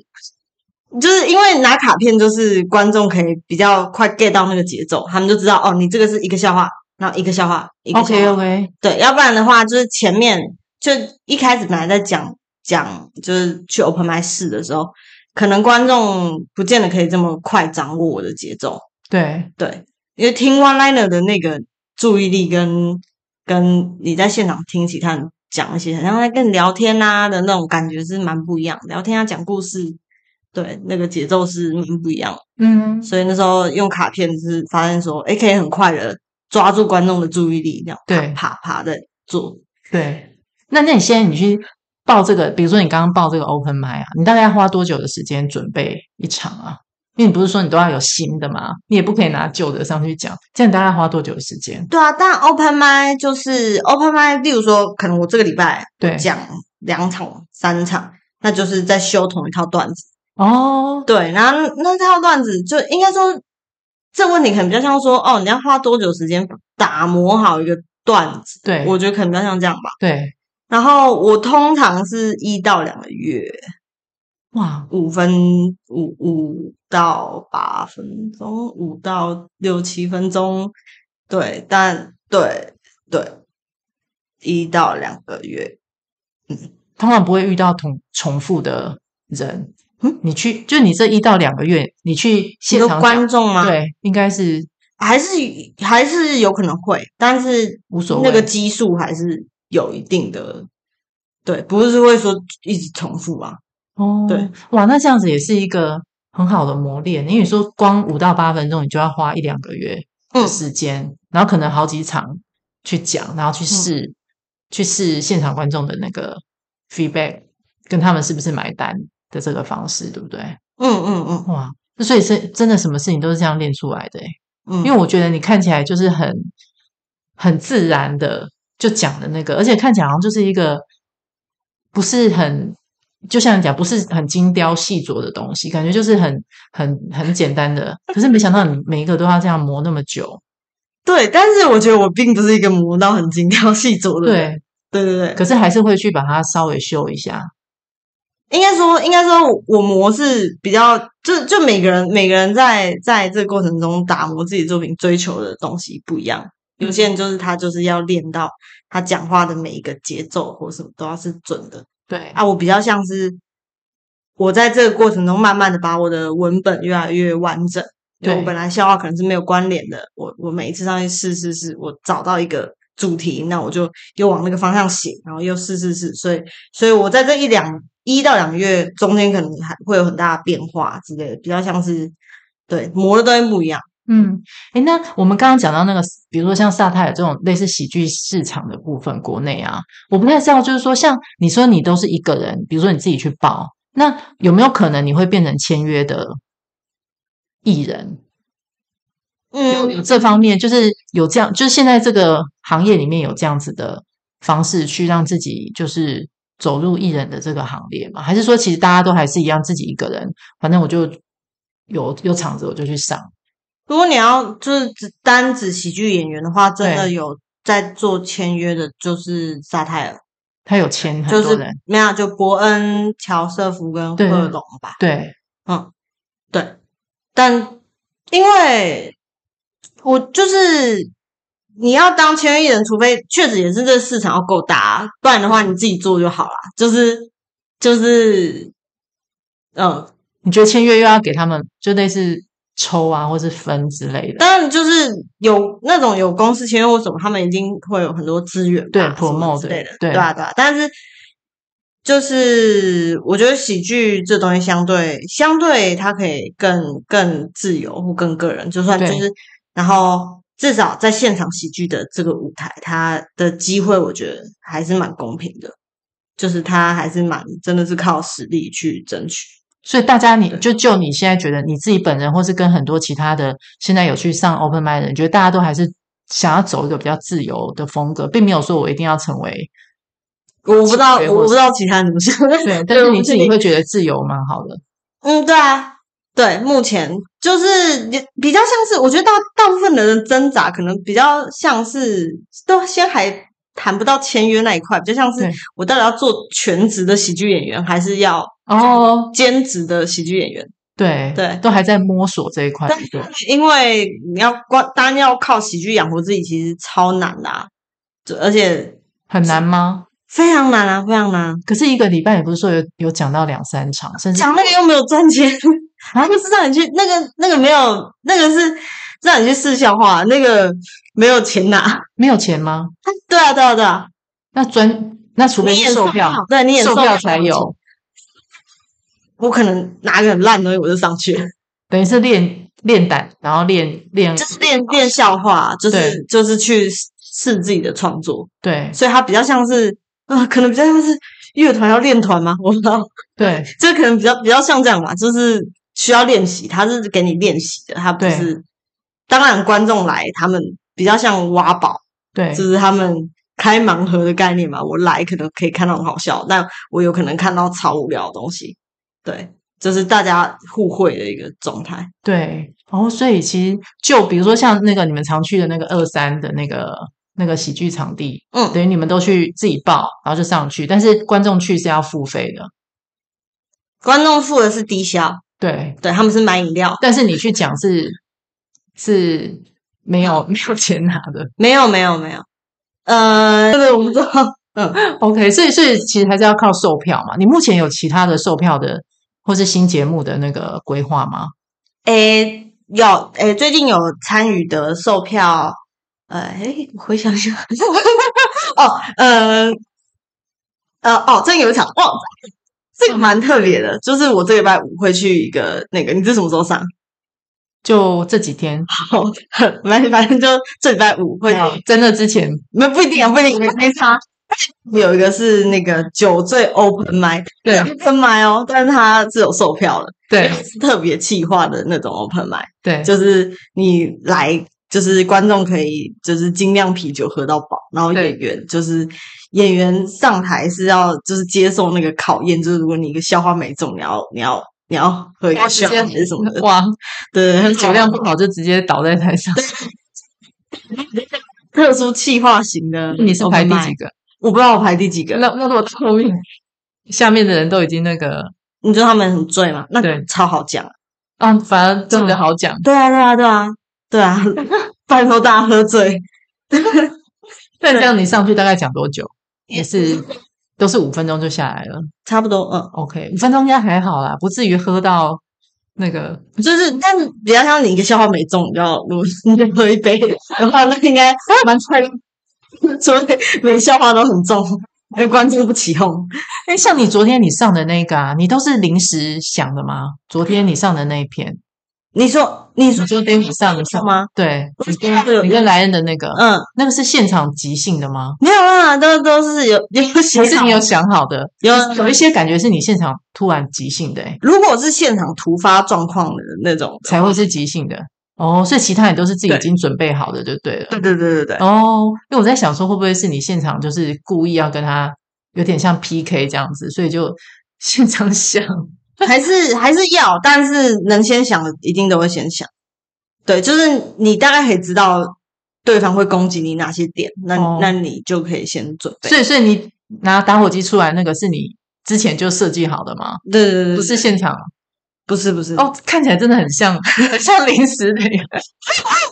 [SPEAKER 1] 就是因为拿卡片，就是观众可以比较快 get 到那个节奏，他们就知道哦，你这个是一个笑话，然后一个笑话，一个笑话
[SPEAKER 2] OK OK，
[SPEAKER 1] 对，要不然的话，就是前面就一开始本来在讲讲，就是去 open m i 试的时候，可能观众不见得可以这么快掌握我的节奏。
[SPEAKER 2] 对
[SPEAKER 1] 对，因为听 one liner 的那个注意力跟跟你在现场听其他人讲一些，然后在跟你聊天啊的那种感觉是蛮不一样的。聊天啊，讲故事，对，那个节奏是蛮不一样的。
[SPEAKER 2] 嗯，
[SPEAKER 1] 所以那时候用卡片就是发现说，哎，可以很快的抓住观众的注意力，这样
[SPEAKER 2] 对
[SPEAKER 1] 啪啪的做。
[SPEAKER 2] 对。那那你现在你去报这个，比如说你刚刚报这个 Open m i 啊，你大概花多久的时间准备一场啊？因为你不是说你都要有新的嘛，你也不可以拿旧的上去讲，这样你大概花多久的时间？
[SPEAKER 1] 对啊，但 open mic 就是 open mic，例如说，可能我这个礼拜
[SPEAKER 2] 对，
[SPEAKER 1] 讲两场、三场，那就是在修同一套段子。
[SPEAKER 2] 哦，
[SPEAKER 1] 对，然后那套段子就应该说，这问题可能比较像说，哦，你要花多久时间打磨好一个段子？
[SPEAKER 2] 对，
[SPEAKER 1] 我觉得可能比较像这样吧。
[SPEAKER 2] 对，
[SPEAKER 1] 然后我通常是一到两个月，
[SPEAKER 2] 哇，
[SPEAKER 1] 五分五五到八分钟，五到六七分钟，对，但对对，一到两个月，
[SPEAKER 2] 通常不会遇到同重复的人。
[SPEAKER 1] 嗯
[SPEAKER 2] 你去，就你这一到两个月，你去
[SPEAKER 1] 你
[SPEAKER 2] 现
[SPEAKER 1] 说
[SPEAKER 2] 场
[SPEAKER 1] 观
[SPEAKER 2] 讲，
[SPEAKER 1] 众吗？，
[SPEAKER 2] 对，应该是
[SPEAKER 1] 还是还是有可能会，但是
[SPEAKER 2] 无所谓。
[SPEAKER 1] 那个基数还是有一定的，对，不是会说一直重复啊，
[SPEAKER 2] 哦，
[SPEAKER 1] 对，
[SPEAKER 2] 哇，那这样子也是一个很好的磨练。因为你说光五到八分钟，你就要花一两个月的
[SPEAKER 1] 嗯
[SPEAKER 2] 时间，然后可能好几场去讲，然后
[SPEAKER 1] 嗯
[SPEAKER 2] 去试，去试现场观众的那个 feedback，跟他们是不是买单的这个方式，对不对？
[SPEAKER 1] 嗯嗯嗯
[SPEAKER 2] 哇，那所以是真的什么事情都是这样练出来的欸。
[SPEAKER 1] 嗯，
[SPEAKER 2] 因为我觉得你看起来就是很很自然的就讲的那个，而且看起来好像就是一个不是很，就像你讲不是很精雕细琢的东西，感觉就是很很很简单的。可是没想到你每一个都要这样磨那么久，
[SPEAKER 1] 对，但是我觉得我并不是一个磨到很精挑细琢的人。
[SPEAKER 2] 对，
[SPEAKER 1] 对对对
[SPEAKER 2] 可是还是会去把它稍微修一下。
[SPEAKER 1] 应该说，应该说我，我磨是比较，就就每个人每个人在在这个过程中打磨自己作品追求的东西不一样。有些人就是他就是要练到他讲话的每一个节奏或什么都要是准的
[SPEAKER 2] 对，
[SPEAKER 1] 啊。我比较像是我在这个过程中慢慢的把我的文本越来越完整。
[SPEAKER 2] 对
[SPEAKER 1] 我本来笑话可能是没有关联的，我我每一次上去试试试，我找到一个主题，那我就又往那个方向写，然后又试试试，所以所以我在这一两一到两个月中间可能还会有很大的变化之类的，比较像是对磨的东西不一样。
[SPEAKER 2] 嗯，诶，那我们刚刚讲到那个，比如说像萨泰尔这种类似喜剧市场的部分，国内啊，我不太知道，就是说像你说你都是一个人，比如说你自己去报，那有没有可能你会变成签约的艺人？有有
[SPEAKER 1] 嗯，
[SPEAKER 2] 这方面，就是有这样，就是现在这个行业里面有这样子的方式去让自己就是走入艺人的这个行列嘛？还是说其实大家都还是一样自己一个人，反正我就有有场子我就去上，
[SPEAKER 1] 如果你要就是只单指喜剧演员的话，真的
[SPEAKER 2] 对
[SPEAKER 1] 有在做签约的，就是沙泰尔，
[SPEAKER 2] 他有签
[SPEAKER 1] 就
[SPEAKER 2] 很多
[SPEAKER 1] 是
[SPEAKER 2] 人，
[SPEAKER 1] 没有就伯恩、乔瑟夫跟
[SPEAKER 2] 对
[SPEAKER 1] 赫龙吧。
[SPEAKER 2] 对，
[SPEAKER 1] 嗯，对，但因为我就是你要当签约艺人，除非确实也是这市场要够大啊，不然的话你自己做就好啦。就是就是，嗯，
[SPEAKER 2] 你觉得签约又要给他们就类似抽啊，或是分之类的，
[SPEAKER 1] 当然就是有那种有公司签约或什么，他们一定会有很多资源吧
[SPEAKER 2] 对
[SPEAKER 1] 什么
[SPEAKER 2] promote
[SPEAKER 1] 之类的，
[SPEAKER 2] 对
[SPEAKER 1] 对啊对啊。但是就是我觉得喜剧这东西相对相对它可以更更自由或更个人，就算就
[SPEAKER 2] 对
[SPEAKER 1] 是然后至少在现场喜剧的这个舞台，它的机会我觉得还是蛮公平的，就是它还是蛮真的是靠实力去争取。
[SPEAKER 2] 所以大家你
[SPEAKER 1] 对
[SPEAKER 2] 就就你现在觉得你自己本人，或是跟很多其他的现在有去上 open m i d 的人，觉得大家都还是想要走一个比较自由的风格，并没有说我一定要成为
[SPEAKER 1] 我不知道，
[SPEAKER 2] 对
[SPEAKER 1] 我
[SPEAKER 2] 我
[SPEAKER 1] 不知道其他人怎么想，
[SPEAKER 2] 对，但是
[SPEAKER 1] 我
[SPEAKER 2] 你
[SPEAKER 1] 不
[SPEAKER 2] 自
[SPEAKER 1] 确
[SPEAKER 2] 己
[SPEAKER 1] 定
[SPEAKER 2] 会觉得自由蛮好的，
[SPEAKER 1] 嗯，对啊，对，目前就是也比较像是，我觉得大大部分的人挣扎，可能比较像是都先还谈不到签约那一块，比较像是
[SPEAKER 2] 对
[SPEAKER 1] 我到底要做全职的喜剧演员，还是要
[SPEAKER 2] 哦，
[SPEAKER 1] 兼职的喜剧演员？
[SPEAKER 2] 对
[SPEAKER 1] 对
[SPEAKER 2] 都还在摸索这一块，
[SPEAKER 1] 对
[SPEAKER 2] 对
[SPEAKER 1] 因为你要光单要靠喜剧养活自己，其实超难的啊、就而且
[SPEAKER 2] 很难吗？
[SPEAKER 1] 非常难啊，非常难啊。
[SPEAKER 2] 可是一个礼拜也不是说有有讲到两三场，甚至
[SPEAKER 1] 讲那个又没有赚钱，那个是让你去那个那个没有那个是让你去试笑话，那个没有钱拿。
[SPEAKER 2] 没有钱吗？
[SPEAKER 1] 对啊，对啊，对啊，
[SPEAKER 2] 那专那除非
[SPEAKER 1] 你演
[SPEAKER 2] 是售票，
[SPEAKER 1] 对你演
[SPEAKER 2] 售票
[SPEAKER 1] 票
[SPEAKER 2] 才有，
[SPEAKER 1] 我可能拿个很烂的东西我就上去了，
[SPEAKER 2] 等于是练练胆，然后练练
[SPEAKER 1] 就是练练笑话，就是
[SPEAKER 2] 对
[SPEAKER 1] 就是去试自己的创作，
[SPEAKER 2] 对
[SPEAKER 1] 所以它比较像是啊、呃可能比较像是乐团要练团吗？我不知道，
[SPEAKER 2] 对
[SPEAKER 1] 这可能比较比较像这样吧，就是需要练习，它是给你练习的，它不
[SPEAKER 2] 对
[SPEAKER 1] 是。当然，观众来他们比较像挖宝，
[SPEAKER 2] 对
[SPEAKER 1] 就是他们开盲盒的概念嘛。我来可能可以看到很好笑，但我有可能看到超无聊的东西。对，就是大家互惠的一个状态。
[SPEAKER 2] 对，哦，所以其实就比如说像那个你们常去的那个二三的那个那个喜剧场地，
[SPEAKER 1] 嗯，
[SPEAKER 2] 等于你们都去自己报，然后就上去，但是观众去是要付费的，
[SPEAKER 1] 观众付的是低消，
[SPEAKER 2] 对，
[SPEAKER 1] 对，他们是买饮料，
[SPEAKER 2] 但是你去讲是是没有没有钱拿的
[SPEAKER 1] 没有，没有，没有。呃，对，我不知道。
[SPEAKER 2] ，OK，所以所以其实还是要靠售票嘛。你目前有其他的售票的或是新节目的那个规划吗？
[SPEAKER 1] 诶，有，诶，最近有参与的售票，呃，诶，我回想一下， 哦，呃，呃，哦，这有一场旺仔，这个蛮特别的，就是我这礼拜五会去一个那个，你这什么时候上？
[SPEAKER 2] 就这几天，
[SPEAKER 1] 好， 反正反正就这礼拜五会去，
[SPEAKER 2] 在那之前，
[SPEAKER 1] 没不一定啊，不一定，没没差。有一个是那个酒醉 open m i
[SPEAKER 2] 对啊
[SPEAKER 1] open m i 哦，但是它是有售票的，
[SPEAKER 2] 对
[SPEAKER 1] 是特别气化的那种 open m i
[SPEAKER 2] 对，
[SPEAKER 1] 就是你来，就是观众可以就是精酿啤酒喝到饱，然后
[SPEAKER 2] 对
[SPEAKER 1] 演员就是演员上台是要就是接受那个考验，就是如果你一个笑话没中，你要你要你要喝一个
[SPEAKER 2] 哇直
[SPEAKER 1] 笑
[SPEAKER 2] 接
[SPEAKER 1] 还是什么的，
[SPEAKER 2] 哇，
[SPEAKER 1] 对，很
[SPEAKER 2] 酒量不好就直接倒在台上，
[SPEAKER 1] 特殊气化型的，
[SPEAKER 2] 你是排第几？个？
[SPEAKER 1] 我不知道我排第几个。
[SPEAKER 2] 那那如果后面下面的人都已经那个，
[SPEAKER 1] 你知道他们很醉吗？那
[SPEAKER 2] 对
[SPEAKER 1] 超好讲。
[SPEAKER 2] 啊，反而这个好讲。
[SPEAKER 1] 对啊，对啊，对啊，对 啊，拜托大家喝醉。
[SPEAKER 2] 但
[SPEAKER 1] 对
[SPEAKER 2] 这样你上去大概讲多久？也是都是五分钟就下来了。
[SPEAKER 1] 差不多，嗯，
[SPEAKER 2] OK，五分钟应该还好啦，不至于喝到那 个。
[SPEAKER 1] 就是，但比较像你一个笑话没中，你就要如果你就喝一杯的话，那应该蛮快乐。 除非每笑话都很重，因为观众不起哄。
[SPEAKER 2] 哎，像你昨天你上的那个啊，你都是临时想的吗？昨天你上的那一篇，
[SPEAKER 1] 你说，你说
[SPEAKER 2] 你昨天你上的 上
[SPEAKER 1] 是？吗？
[SPEAKER 2] 对，
[SPEAKER 1] 我觉得有
[SPEAKER 2] 你跟莱恩的那个，
[SPEAKER 1] 嗯，
[SPEAKER 2] 那个是现场即兴的吗？
[SPEAKER 1] 没有啦，都都是有 有
[SPEAKER 2] 还
[SPEAKER 1] 写
[SPEAKER 2] 是
[SPEAKER 1] 好
[SPEAKER 2] 你有想好的？
[SPEAKER 1] 有
[SPEAKER 2] 有一些感觉是你现场突然即兴的、欸，
[SPEAKER 1] 如果是现场突发状况的那种的，
[SPEAKER 2] 才会是即兴的。哦，所以其他人都是自己已
[SPEAKER 1] 对
[SPEAKER 2] 经准备好的，就对了。
[SPEAKER 1] 对对对对对，
[SPEAKER 2] 哦，因为我在想说，会不会是你现场就是故意要跟他有点像 PK 这样子，所以就 现场想。
[SPEAKER 1] 还是还是要，但是能先想的一定都会先想。对，就是你大概可以知道对方会攻击你哪些点，那、
[SPEAKER 2] 哦
[SPEAKER 1] 那你就可以先准备。
[SPEAKER 2] 所以，所以你拿打火机出来那个是你之前就设计好的吗？
[SPEAKER 1] 对对对对，
[SPEAKER 2] 不是现场
[SPEAKER 1] 不是不是，
[SPEAKER 2] 哦，看起来真的很 像，很像临时的耶。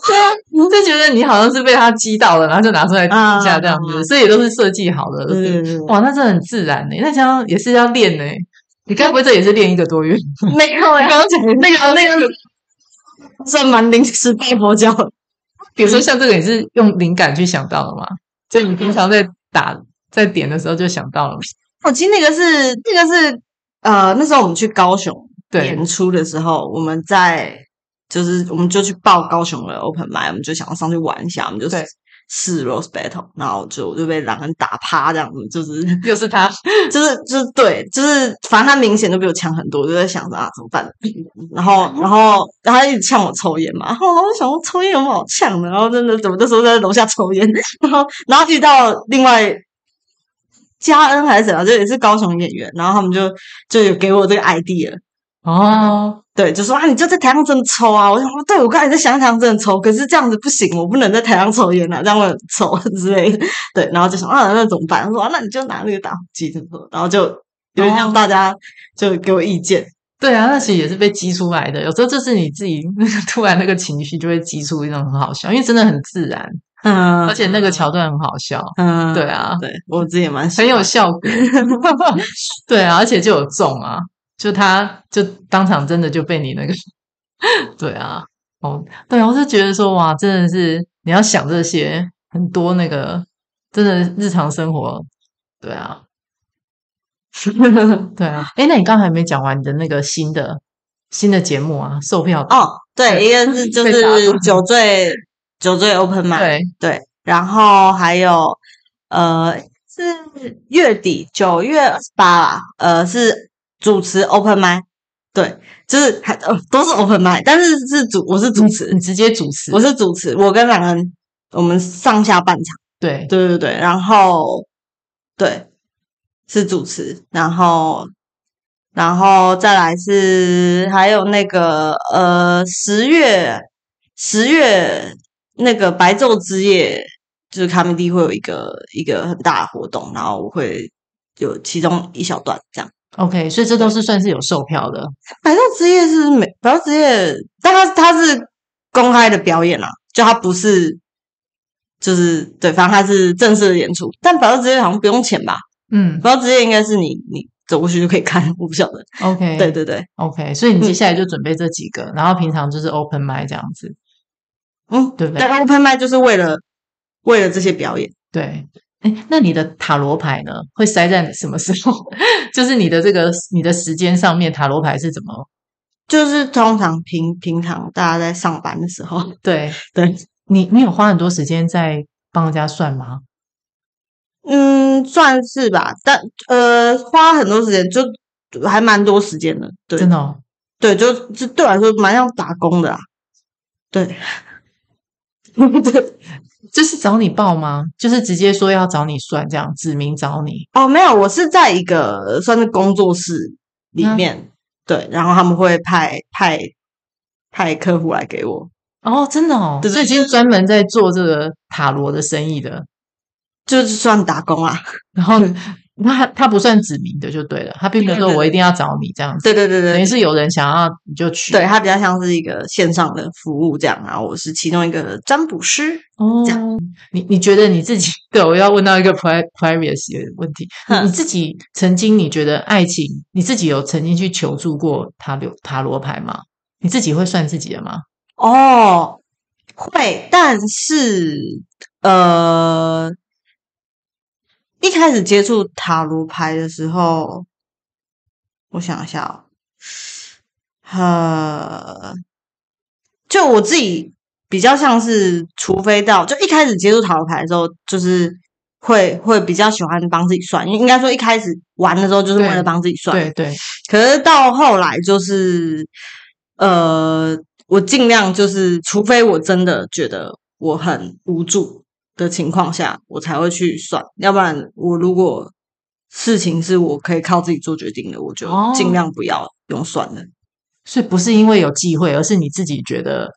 [SPEAKER 2] 对啊，就觉得你好像是被他击倒了，然后就拿出来击一下这样子，
[SPEAKER 1] 啊
[SPEAKER 2] 所以也都是设计好的。
[SPEAKER 1] 对对对对
[SPEAKER 2] 哇，那这很自然呢、那这样也是要练呢、你该不会这也是练一个多月？
[SPEAKER 1] 没有哎，刚刚讲那个那个算蛮临时抱佛脚的，
[SPEAKER 2] 比如说像这个，你是用灵感去想到的吗？就你平常在打在点的时候就想到了吗？
[SPEAKER 1] 我哦其实那个是那个是呃，那时候我们去高雄
[SPEAKER 2] 对
[SPEAKER 1] 演出的时候，我们在就是我们就去报高雄的 open m i 我们就想要上去玩一下，我们就
[SPEAKER 2] 对
[SPEAKER 1] 是试 rose battle，然后就我就被狼人打趴这样子，就是
[SPEAKER 2] 又是他，
[SPEAKER 1] 就是就是对，就是反正他明显就比我强很多，我就在想着啊怎么办？ 然后然后然后他一直呛我抽烟嘛，然后我就想说抽烟有什么好呛的？然后真的怎么那时候在楼下抽烟， 然后然后遇到另外嘉恩还是怎样，就也是高雄演员，然后他们就就有给我这个 idea，
[SPEAKER 2] 哦，
[SPEAKER 1] 对，就说啊，你就在台上真的抽啊！我想说，对我刚才在想台上真的抽，可是这样子不行，我不能在台上抽烟啊，这样我很臭之类的。对，然后就想啊，那怎么办？他说、啊、那你就拿那个打火机，怎么说？然后就有点
[SPEAKER 2] 哦
[SPEAKER 1] 让大家就给我意见，
[SPEAKER 2] 对啊，那其实也是被激出来的。有时候就是你自己那个突然那个情绪就会激出一种很好笑，因为真的很自然，
[SPEAKER 1] 嗯，
[SPEAKER 2] 而且那个，桥段很好笑。
[SPEAKER 1] 嗯，
[SPEAKER 2] 对，啊，
[SPEAKER 1] 对我自己也蛮喜
[SPEAKER 2] 很
[SPEAKER 1] 欢
[SPEAKER 2] 有效果。 对啊，而且就有中啊，就他就当场真的就被你那个， 对啊，哦，对啊，我就觉得说哇，真的是你要想这些很多那个，真的日常生活，对啊， 对啊，哎，那你刚才没讲完你的那个新的新的节目啊，售票的，
[SPEAKER 1] 哦，对，一个是就
[SPEAKER 2] 被打
[SPEAKER 1] 是
[SPEAKER 2] 断
[SPEAKER 1] 酒醉酒醉 open 嘛，
[SPEAKER 2] 对，
[SPEAKER 1] 对，然后还有呃是月底九月二十八啦，呃是主持 open m i 对，就是还、呃、都是 open m i 但是是主我是主持
[SPEAKER 2] 你，直接嗯主持，
[SPEAKER 1] 我是主持，我跟两个人我们上下半场，
[SPEAKER 2] 对，
[SPEAKER 1] 对对对，然后对是主持，然后。然后再来是还有那个呃十月十月那个白昼之夜，就是卡米蒂会有一个一个很大的活动，然后我会有其中一小段这样。
[SPEAKER 2] OK，所以这都是算是有售票的，
[SPEAKER 1] 白昼之夜是每白昼之夜，但它它是公开的表演啊，就它不是就是对，反正它是正式的演出。但白昼之夜好像不用钱吧？
[SPEAKER 2] 嗯
[SPEAKER 1] 白昼之夜应该是你你走过去就可以看，我不晓得。
[SPEAKER 2] ，OK，
[SPEAKER 1] 对对对，
[SPEAKER 2] OK，所以你接下来就准备这几个，然后平常就是 open m i 这样子。
[SPEAKER 1] 嗯，
[SPEAKER 2] 对不对
[SPEAKER 1] 但 open m i 就是为了为了这些表演。
[SPEAKER 2] 对，哎，那你的塔罗牌呢，会塞在什么时候？ 就是你的这个你的时间上面，塔罗牌是怎么？
[SPEAKER 1] 就是通常平平常大家在上班的时候，
[SPEAKER 2] 对
[SPEAKER 1] 对，
[SPEAKER 2] 你，你有花很多时间在帮人家算吗？
[SPEAKER 1] 嗯，算是吧，但呃，花很多时间，就还蛮多时间的，对
[SPEAKER 2] 真，的、哦，
[SPEAKER 1] 对，就就对我来说蛮像打工的啊，对，对，
[SPEAKER 2] 就是找你报吗？就是直接说要找你算，这样指名找你。
[SPEAKER 1] 哦，没有，我是在一个算是工作室里
[SPEAKER 2] 嗯
[SPEAKER 1] 面，对，然后他们会派派派客户来给我，
[SPEAKER 2] 哦，真的哦，
[SPEAKER 1] 对
[SPEAKER 2] 所以其实专门在做这个塔罗的生意的，
[SPEAKER 1] 就是算打工啊啦。
[SPEAKER 2] 然后那他他不算指名的就对了，他并没有
[SPEAKER 1] 对对
[SPEAKER 2] 说
[SPEAKER 1] 对
[SPEAKER 2] 我一定要找你这样子，
[SPEAKER 1] 对对对
[SPEAKER 2] 等于
[SPEAKER 1] 对，
[SPEAKER 2] 是有人想要你就去，
[SPEAKER 1] 对，它比较像是一个线上的服务这样。然后我是其中一个占卜师，
[SPEAKER 2] 哦
[SPEAKER 1] 这，
[SPEAKER 2] 你你觉得你自己？ 对我要问到一个 pri privacy 的问题，你
[SPEAKER 1] 哼
[SPEAKER 2] 你自己曾经你觉得爱情，你自己有曾经去求助过塔罗塔罗牌吗？你自己会算自己的吗？
[SPEAKER 1] 哦，会，但是呃，一开始接触塔罗牌的时候，我想一下哦，呃，就我自己比较像是，除非到就一开始接触塔罗牌的时候，就是会会比较喜欢帮自己算，因为应该说一开始玩的时候就是为
[SPEAKER 2] 对
[SPEAKER 1] 了帮自己算，
[SPEAKER 2] 对对，
[SPEAKER 1] 可是到后来就是，呃，我尽量就是，除非我真的觉得我很无助的情况下，我才会去算，要不然我如果事情是我可以靠自己做决定的，我就
[SPEAKER 2] 哦
[SPEAKER 1] 尽量不要用算了。
[SPEAKER 2] 所以不是因为有忌讳，而是你自己觉得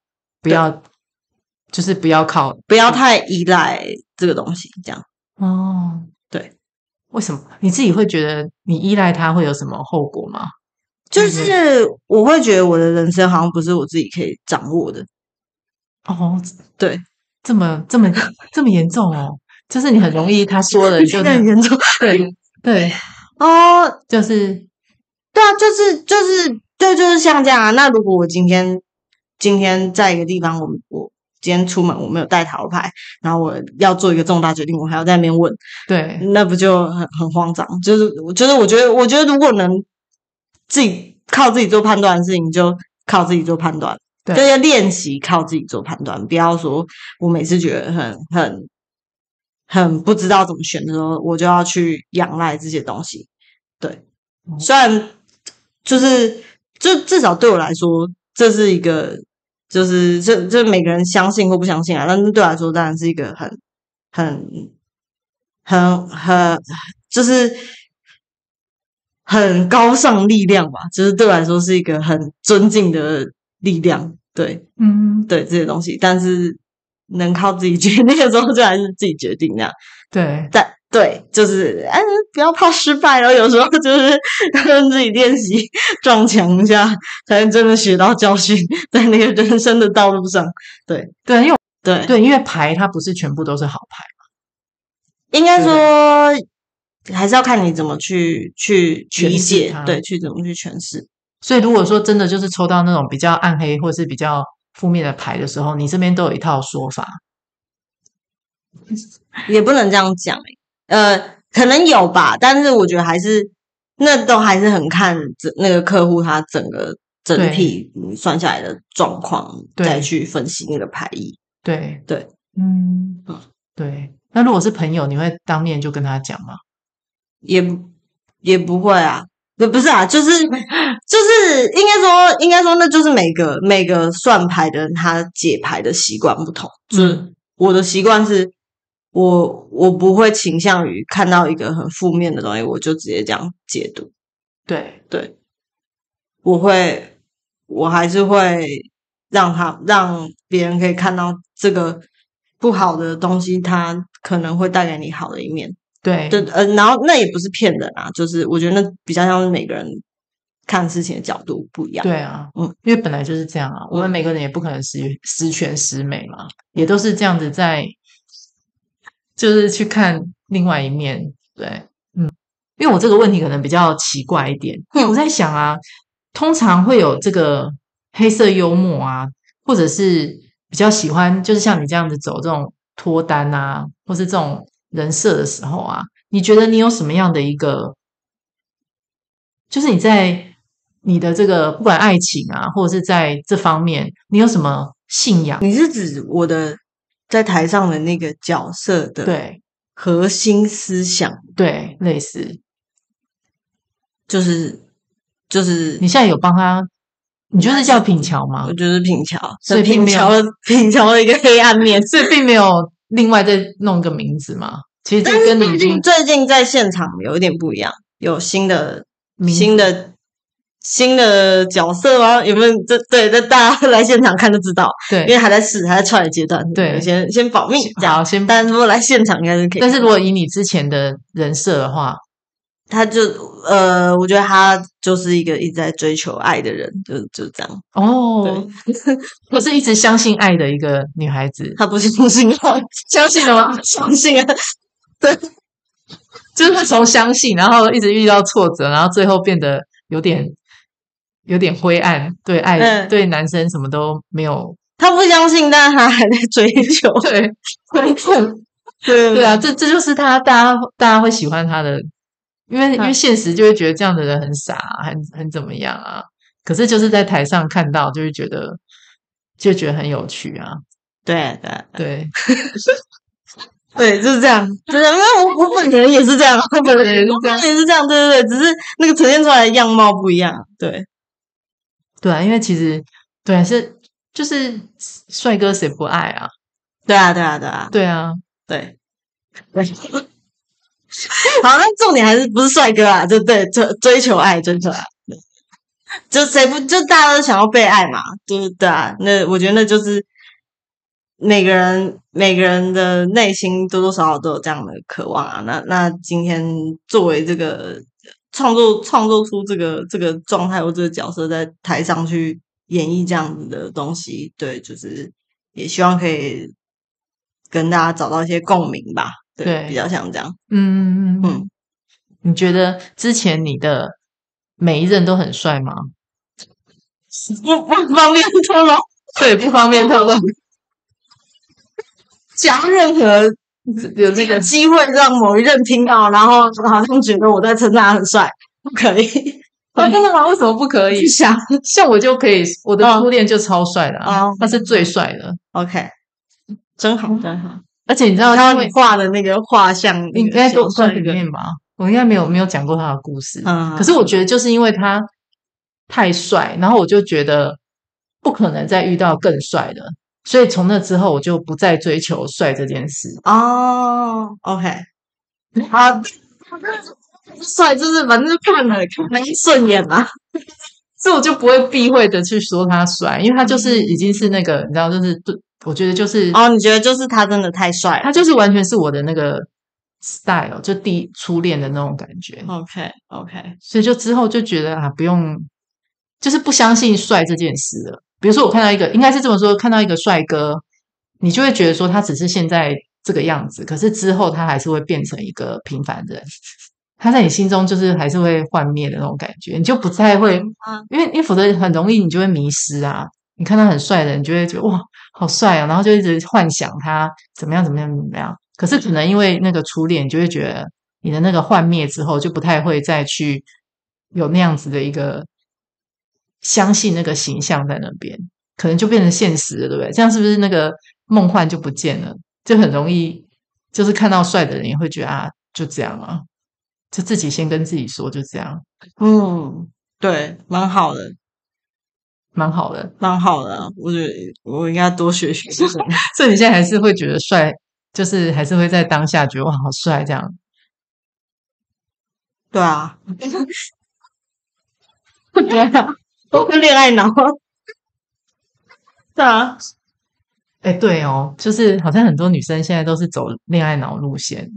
[SPEAKER 2] 不要，就是不要靠
[SPEAKER 1] 不要太依赖这个东西，这样。
[SPEAKER 2] 哦。
[SPEAKER 1] 对，
[SPEAKER 2] 为什么你自己会觉得你依赖它会有什么后果吗？
[SPEAKER 1] 就
[SPEAKER 2] 嗯
[SPEAKER 1] 是我会觉得我的人生好像不是我自己可以掌握的，
[SPEAKER 2] 哦，
[SPEAKER 1] 对，
[SPEAKER 2] 这么这么这么严重哦，就是你很容易他说 了你就
[SPEAKER 1] 有点严 重
[SPEAKER 2] 对对，
[SPEAKER 1] 哦。
[SPEAKER 2] 就是
[SPEAKER 1] 对啊，就是就是对，就是像这样啊。那如果我今天今天在一个地方，我我今天出门我没有带塔罗牌，然后我要做一个重大决定，我还要在那边问，
[SPEAKER 2] 对
[SPEAKER 1] 那不就很很慌张？就是我就是我觉得我觉得如果能自己靠自己做判断的事情，就靠自己做判断，
[SPEAKER 2] 对
[SPEAKER 1] 就要练习靠自己做判断，不要说我每次觉得很很。很不知道怎么选的时候，我就要去仰赖这些东西。
[SPEAKER 2] 哦
[SPEAKER 1] 虽然就是就至少对我来说，这是一个就是这这每个人相信或不相信啊，但是对我来说当然是一个很很很很就是很高尚力量吧，就是对我来说是一个很尊敬的力量，对
[SPEAKER 2] 嗯
[SPEAKER 1] 对这些东西，但是能靠自己决定的时候，就还是自己决定那样。
[SPEAKER 2] 对
[SPEAKER 1] 但对，就是嗯，不要怕失败，然后有时候就是自己练习撞墙一下，才能真的学到教训，在那个人生的道路上。
[SPEAKER 2] 对，因为
[SPEAKER 1] 对，
[SPEAKER 2] 对因为牌它不是全部都是好牌，
[SPEAKER 1] 应该
[SPEAKER 2] 对
[SPEAKER 1] 说还是要看你怎么去去
[SPEAKER 2] 诠
[SPEAKER 1] 理
[SPEAKER 2] 释
[SPEAKER 1] 解
[SPEAKER 2] 它，
[SPEAKER 1] 对，去怎么去诠释。
[SPEAKER 2] 所以如果说真的就是抽到那种比较暗黑或是比较负面的牌的时候，你这边都有一套说法，
[SPEAKER 1] 也不能这样讲、欸，呃，可能有吧，但是我觉得还是那都还是很看整那个客户他整个整
[SPEAKER 2] 对
[SPEAKER 1] 体你算下来的状况，
[SPEAKER 2] 对
[SPEAKER 1] 再去分析那个牌意。
[SPEAKER 2] 对
[SPEAKER 1] 对，
[SPEAKER 2] 嗯
[SPEAKER 1] 嗯
[SPEAKER 2] 对。那如果是朋友，你会当面就跟他讲吗？
[SPEAKER 1] 也不也不会啊，不不是啊， 就是就是应该说应该说，那就是每个每个算牌的人他解牌的习惯不同。就是
[SPEAKER 2] 嗯
[SPEAKER 1] 我的习惯是，我我不会倾向于看到一个很负面的东西，我就直接这样解读。
[SPEAKER 2] 对
[SPEAKER 1] 对，我会，我还是会让他让别人可以看到这个不好的东西，它可能会带给你好的一面。
[SPEAKER 2] 对
[SPEAKER 1] 对，呃，然后那也不是骗人啊，就是我觉得那比较像是每个人看事情的角度不一样。
[SPEAKER 2] 对啊，
[SPEAKER 1] 嗯
[SPEAKER 2] 因为本来就是这样啊，我们
[SPEAKER 1] 嗯
[SPEAKER 2] 每个人也不可能十十全十美嘛，也都是这样子在，就是去看另外一面，对，嗯，因为我这个问题可能比较奇怪一点，因为我在想啊，通常会有这个黑色幽默啊，或者是比较喜欢，就是像你这样子走这种脱单啊，或是这种人设的时候啊，你觉得你有什么样的一个，就是你在你的这个不管爱情啊，或者是在这方面，你有什么信仰？
[SPEAKER 1] 你是指我的在台上的那个角色的
[SPEAKER 2] 对
[SPEAKER 1] 核心思想，
[SPEAKER 2] 对，类似，
[SPEAKER 1] 就是就是
[SPEAKER 2] 你现在有帮他，你就是叫品乔吗
[SPEAKER 1] 我？就是品乔，
[SPEAKER 2] 所以并
[SPEAKER 1] 品
[SPEAKER 2] 没有
[SPEAKER 1] 乔的品乔的一个黑暗面。
[SPEAKER 2] 所以并没有另外再弄个名字嘛？其实这
[SPEAKER 1] 但是
[SPEAKER 2] 跟你
[SPEAKER 1] 最
[SPEAKER 2] 已经
[SPEAKER 1] 近最近在现场有一点不一样，有新的
[SPEAKER 2] 名字
[SPEAKER 1] 新的新的角色吗？有没有？这对，那大家 来现场看就知道，因为
[SPEAKER 2] 对，
[SPEAKER 1] 还在试，还在踹的阶段，
[SPEAKER 2] 对
[SPEAKER 1] 先先保密这样。
[SPEAKER 2] 好，先。
[SPEAKER 1] 但如果来现场应该是可以看到，
[SPEAKER 2] 但是如果以你之前的人设的话，
[SPEAKER 1] 他就呃，我觉得他就是一个一直在追求爱的人，就就这样。
[SPEAKER 2] 哦
[SPEAKER 1] 对，，
[SPEAKER 2] 我是一直相信爱的一个女孩子，
[SPEAKER 1] 他不是相信 爱，
[SPEAKER 2] 相信了吗？
[SPEAKER 1] 相信啊，
[SPEAKER 2] 就是从相信，然后一直遇到挫折，然后最后变得有点有点灰暗，对爱、
[SPEAKER 1] 嗯
[SPEAKER 2] 对男生什么都没有，
[SPEAKER 1] 他不相信，但他还在追求。
[SPEAKER 2] 对
[SPEAKER 1] 对
[SPEAKER 2] 对啊，，这这就是他，大家大家会喜欢他的，因为因为
[SPEAKER 1] 嗯
[SPEAKER 2] 现实就会觉得这样的人很傻、啊，很很怎么样啊。可是就是在台上看到，就会觉得就觉得很有趣啊，
[SPEAKER 1] 对对
[SPEAKER 2] 对，
[SPEAKER 1] 对，就是这样。真的，因为我我本人也是这样，我本人
[SPEAKER 2] 也是这样
[SPEAKER 1] 我本人也是这样，对对对，只是那个呈现出来的样貌不一样。对，
[SPEAKER 2] 对啊，因为其实对啊，是就是帅哥谁不爱啊？
[SPEAKER 1] 对啊，对啊，对啊，
[SPEAKER 2] 对啊，
[SPEAKER 1] 对。对好，那重点还是不是帅哥啊？就对，追追求爱，追求爱，对就谁不就大家都想要被爱嘛？就是对啊，那我觉得那就是每个人每个人的内心多多少少都有这样的渴望啊。那那今天作为这个创作创作出这个这个状态或这个角色在台上去演绎这样子的东西，对，就是也希望可以跟大家找到一些共鸣吧。对，
[SPEAKER 2] 对
[SPEAKER 1] 比较像这样，
[SPEAKER 2] 嗯嗯嗯
[SPEAKER 1] 嗯。
[SPEAKER 2] 你觉得之前你的每一任都很帅吗？
[SPEAKER 1] 不不方便透露，
[SPEAKER 2] 对，不方便透露。
[SPEAKER 1] 讲任何
[SPEAKER 2] 有这个
[SPEAKER 1] 机会让某一任听到，然后好像觉得我在称赞他很帅，不可以，
[SPEAKER 2] 啊，真的吗？为什么不可以
[SPEAKER 1] 不？想。
[SPEAKER 2] 像我就可以，我的
[SPEAKER 1] 嗯
[SPEAKER 2] 初恋就超帅的、啊
[SPEAKER 1] 哦，
[SPEAKER 2] 他是最帅的。
[SPEAKER 1] OK，真好真好。
[SPEAKER 2] 而且你知道，
[SPEAKER 1] 然
[SPEAKER 2] 因
[SPEAKER 1] 后
[SPEAKER 2] 为
[SPEAKER 1] 你画的那个画像，那
[SPEAKER 2] 应
[SPEAKER 1] 个
[SPEAKER 2] 该都
[SPEAKER 1] 小
[SPEAKER 2] 算
[SPEAKER 1] 帅
[SPEAKER 2] 里
[SPEAKER 1] 哥，
[SPEAKER 2] 面吧，我应该没有没有讲过他的故事。
[SPEAKER 1] 嗯，
[SPEAKER 2] 可是我觉得，就是因为他太帅，然后我就觉得不可能再遇到更帅的，所以从那之后我就不再追求帅这件事。
[SPEAKER 1] 哦，OK，好，帅就是反正就看了看了一顺眼嘛，
[SPEAKER 2] 所以我就不会避讳的去说他帅，因为他就是已经是那个，你知道，就是对，我觉得就是、
[SPEAKER 1] 哦，你觉得就是他真的太帅了
[SPEAKER 2] 他就是完全是我的那个 style，就第一初恋的那种感觉，
[SPEAKER 1] ？OK OK，
[SPEAKER 2] 所以就之后就觉得啊，不用，就是不相信帅这件事了。比如说我看到一个，应该是这么说，看到一个帅哥，你就会觉得说他只是现在这个样子，可是之后他还是会变成一个平凡人。 他在你心中就是还是会幻灭的那种感觉，你就不太会
[SPEAKER 1] 嗯，
[SPEAKER 2] 因为因为否则很容易你就会迷失啊。你看他很帅的人，你就会觉得哇好帅啊，然后就一直幻想他怎么样怎么样怎么样。可是可能因为那个初恋，你就会觉得你的那个幻灭之后，就不太会再去有那样子的一个相信那个形象在那边，可能就变成现实了，对不对？这样是不是那个梦幻就不见了？就很容易就是看到帅的人也会觉得啊，就这样啊，就自己先跟自己说就这样，
[SPEAKER 1] 嗯，对，蛮好的，
[SPEAKER 2] 蛮好的。
[SPEAKER 1] 蛮好的，我觉得我应该多学学这个。
[SPEAKER 2] 所以你现在还是会觉得帅，就是还是会在当下觉得哇好帅这样。
[SPEAKER 1] 对啊，
[SPEAKER 2] 对啊，
[SPEAKER 1] 都是恋爱脑。对啊，
[SPEAKER 2] 哎对哦，就是好像很多女生现在都是走恋爱脑路线，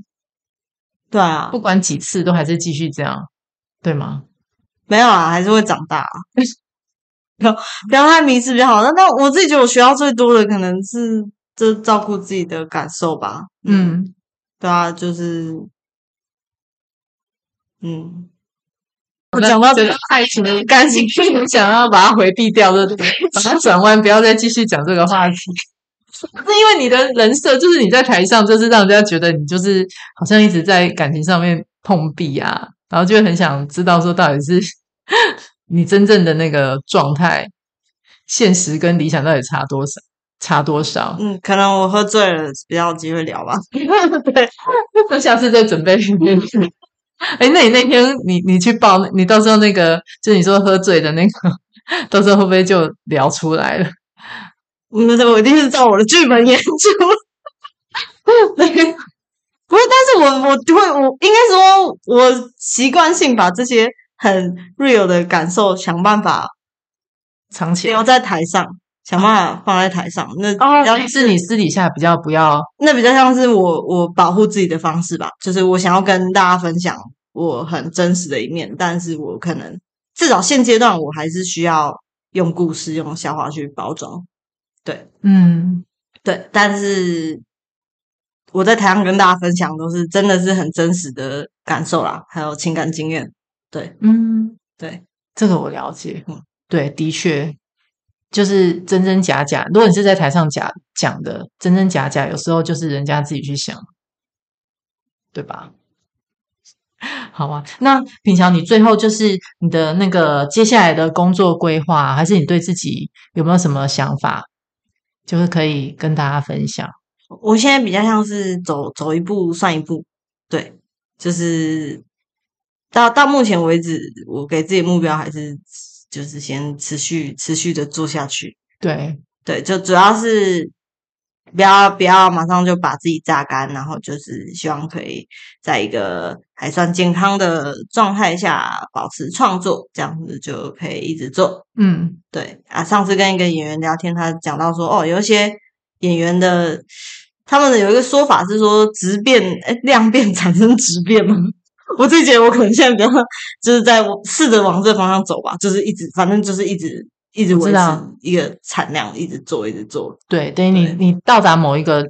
[SPEAKER 1] 对啊
[SPEAKER 2] 不，管几次都还是继续这样，对吗？
[SPEAKER 1] 没有啊，还是会长大、啊。 不要不要太迷失比较好。那那我自己觉得我学到最多的可能是就照顾自己的感受吧。，
[SPEAKER 2] 嗯，
[SPEAKER 1] 对啊，就是嗯，我
[SPEAKER 2] 那
[SPEAKER 1] 讲到
[SPEAKER 2] 这
[SPEAKER 1] 这
[SPEAKER 2] 个嗯
[SPEAKER 1] 个
[SPEAKER 2] 爱情的感情， 你想要把它回避掉，对不对？把 它转弯，不要再继续讲这个话题。是因为你的人设，就是你在台上，就是让人家觉得你就是好像一直在感情上面碰壁啊，然后就会很想知道说到底是你真正的那个状态，现实跟理想到底差多少，差多少？
[SPEAKER 1] 嗯，可能我喝醉了，比较有机会聊吧。对，
[SPEAKER 2] 那下次再准备。 哎，那你那天你你去报，你到时候那个就你说喝醉的那个， 到时候会不会就聊出来了？
[SPEAKER 1] 嗯，对我一定是照我的剧本演出。对，不是，但是我我会我应该说，我习惯性把这些很 real 的感受，想办法
[SPEAKER 2] 藏起来
[SPEAKER 1] 留。在台上，想办法放在台上。那
[SPEAKER 2] 哦
[SPEAKER 1] 比较，
[SPEAKER 2] 是你私底下比较不要
[SPEAKER 1] 那比较像是我我保护自己的方式吧，就是我想要跟大家分享我很真实的一面，但是我可能至少现阶段我还是需要用故事、用笑话去包装。
[SPEAKER 2] 嗯，
[SPEAKER 1] 对，但是我在台上跟大家分享都是真的是很真实的感受啦，还有情感经验。
[SPEAKER 2] 嗯，
[SPEAKER 1] 对，
[SPEAKER 2] 这个我了解。
[SPEAKER 1] 嗯
[SPEAKER 2] 对，的确就是真真假假。如果你是在台上假讲的真真假假，有时候就是人家自己去想，对吧？ 好啊，那平常你最后就是你的那个接下来的工作规划，啊还是你对自己有没有什么想法，就是可以跟大家分享。
[SPEAKER 1] 我现在比较像是走走一步算一步，对，就是到到目前为止，我给自己的目标还是就是先持续持续的做下去，
[SPEAKER 2] 对，
[SPEAKER 1] 对，就主要是不要不要马上就把自己榨干，然后就是希望可以在一个还算健康的状态下保持创作，这样子就可以一直做，
[SPEAKER 2] 嗯
[SPEAKER 1] 对啊，上次跟一个演员聊天，他讲到说，哦，有一些演员的他们的有一个说法是说质变，哎，量变产生质变吗？ 我自己觉得我可能现在比较就是在我试着往这方向走吧，就是一直反正就是一直一直
[SPEAKER 2] 我知
[SPEAKER 1] 维持
[SPEAKER 2] 道
[SPEAKER 1] 一个产量，一直做一直做。
[SPEAKER 2] 对，等于你
[SPEAKER 1] 对
[SPEAKER 2] 你到达某一个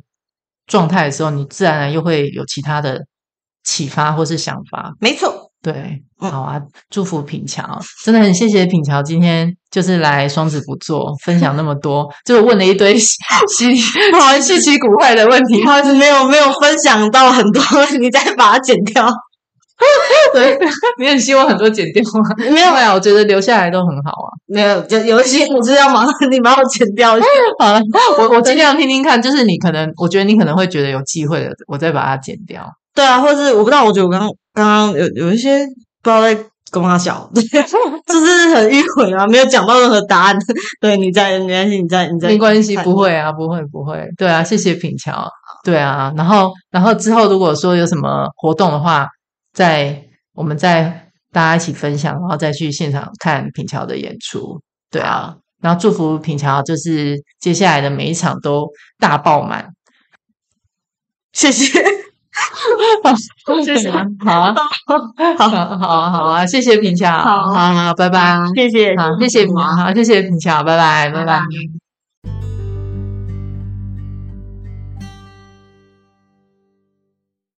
[SPEAKER 2] 状态的时候，你自然而然又会有其他的启发或是想法。
[SPEAKER 1] 没错，
[SPEAKER 2] 对，
[SPEAKER 1] 嗯
[SPEAKER 2] 好啊，祝福品乔，真的很谢谢品乔今天就是来双子不做分享那么多，就是问了一堆 稀稀
[SPEAKER 1] 不好意思
[SPEAKER 2] 稀，奇古怪的问题
[SPEAKER 1] 不。好意思，没有没有分享到很多， 你再把它剪掉。
[SPEAKER 2] 对，你很希望很多剪掉吗？
[SPEAKER 1] 没有
[SPEAKER 2] 对啊，我觉得留下来都很好啊。
[SPEAKER 1] 没有，就有一些我是要马上 你把我剪掉。
[SPEAKER 2] 好了，我我尽量听听看，就是你可能，我觉得你可能会觉得有机会的，我再把它剪掉。
[SPEAKER 1] 对啊，或是我不知道，我觉得我刚刚刚刚有有一些不知道在跟他笑，对， 就是很迂回啊，没有讲到任何答案。对，你在没关系，你在你在
[SPEAKER 2] 没关系，不
[SPEAKER 1] 看。
[SPEAKER 2] 会啊，不会，不会。对啊，谢谢品乔。对啊，然后，然后之后如果说有什么活动的话，再我们再大家一起分享，然后再去现场看品乔的演出。对啊，然后祝福品乔，就是接下来的每一场都大爆满。
[SPEAKER 1] 谢谢，谢谢
[SPEAKER 2] 好啊，好，好，好啊，谢谢品乔，
[SPEAKER 1] 好
[SPEAKER 2] 好，拜拜，
[SPEAKER 1] 谢谢，
[SPEAKER 2] 啊好，谢谢品，好，谢谢品乔，拜拜，拜拜。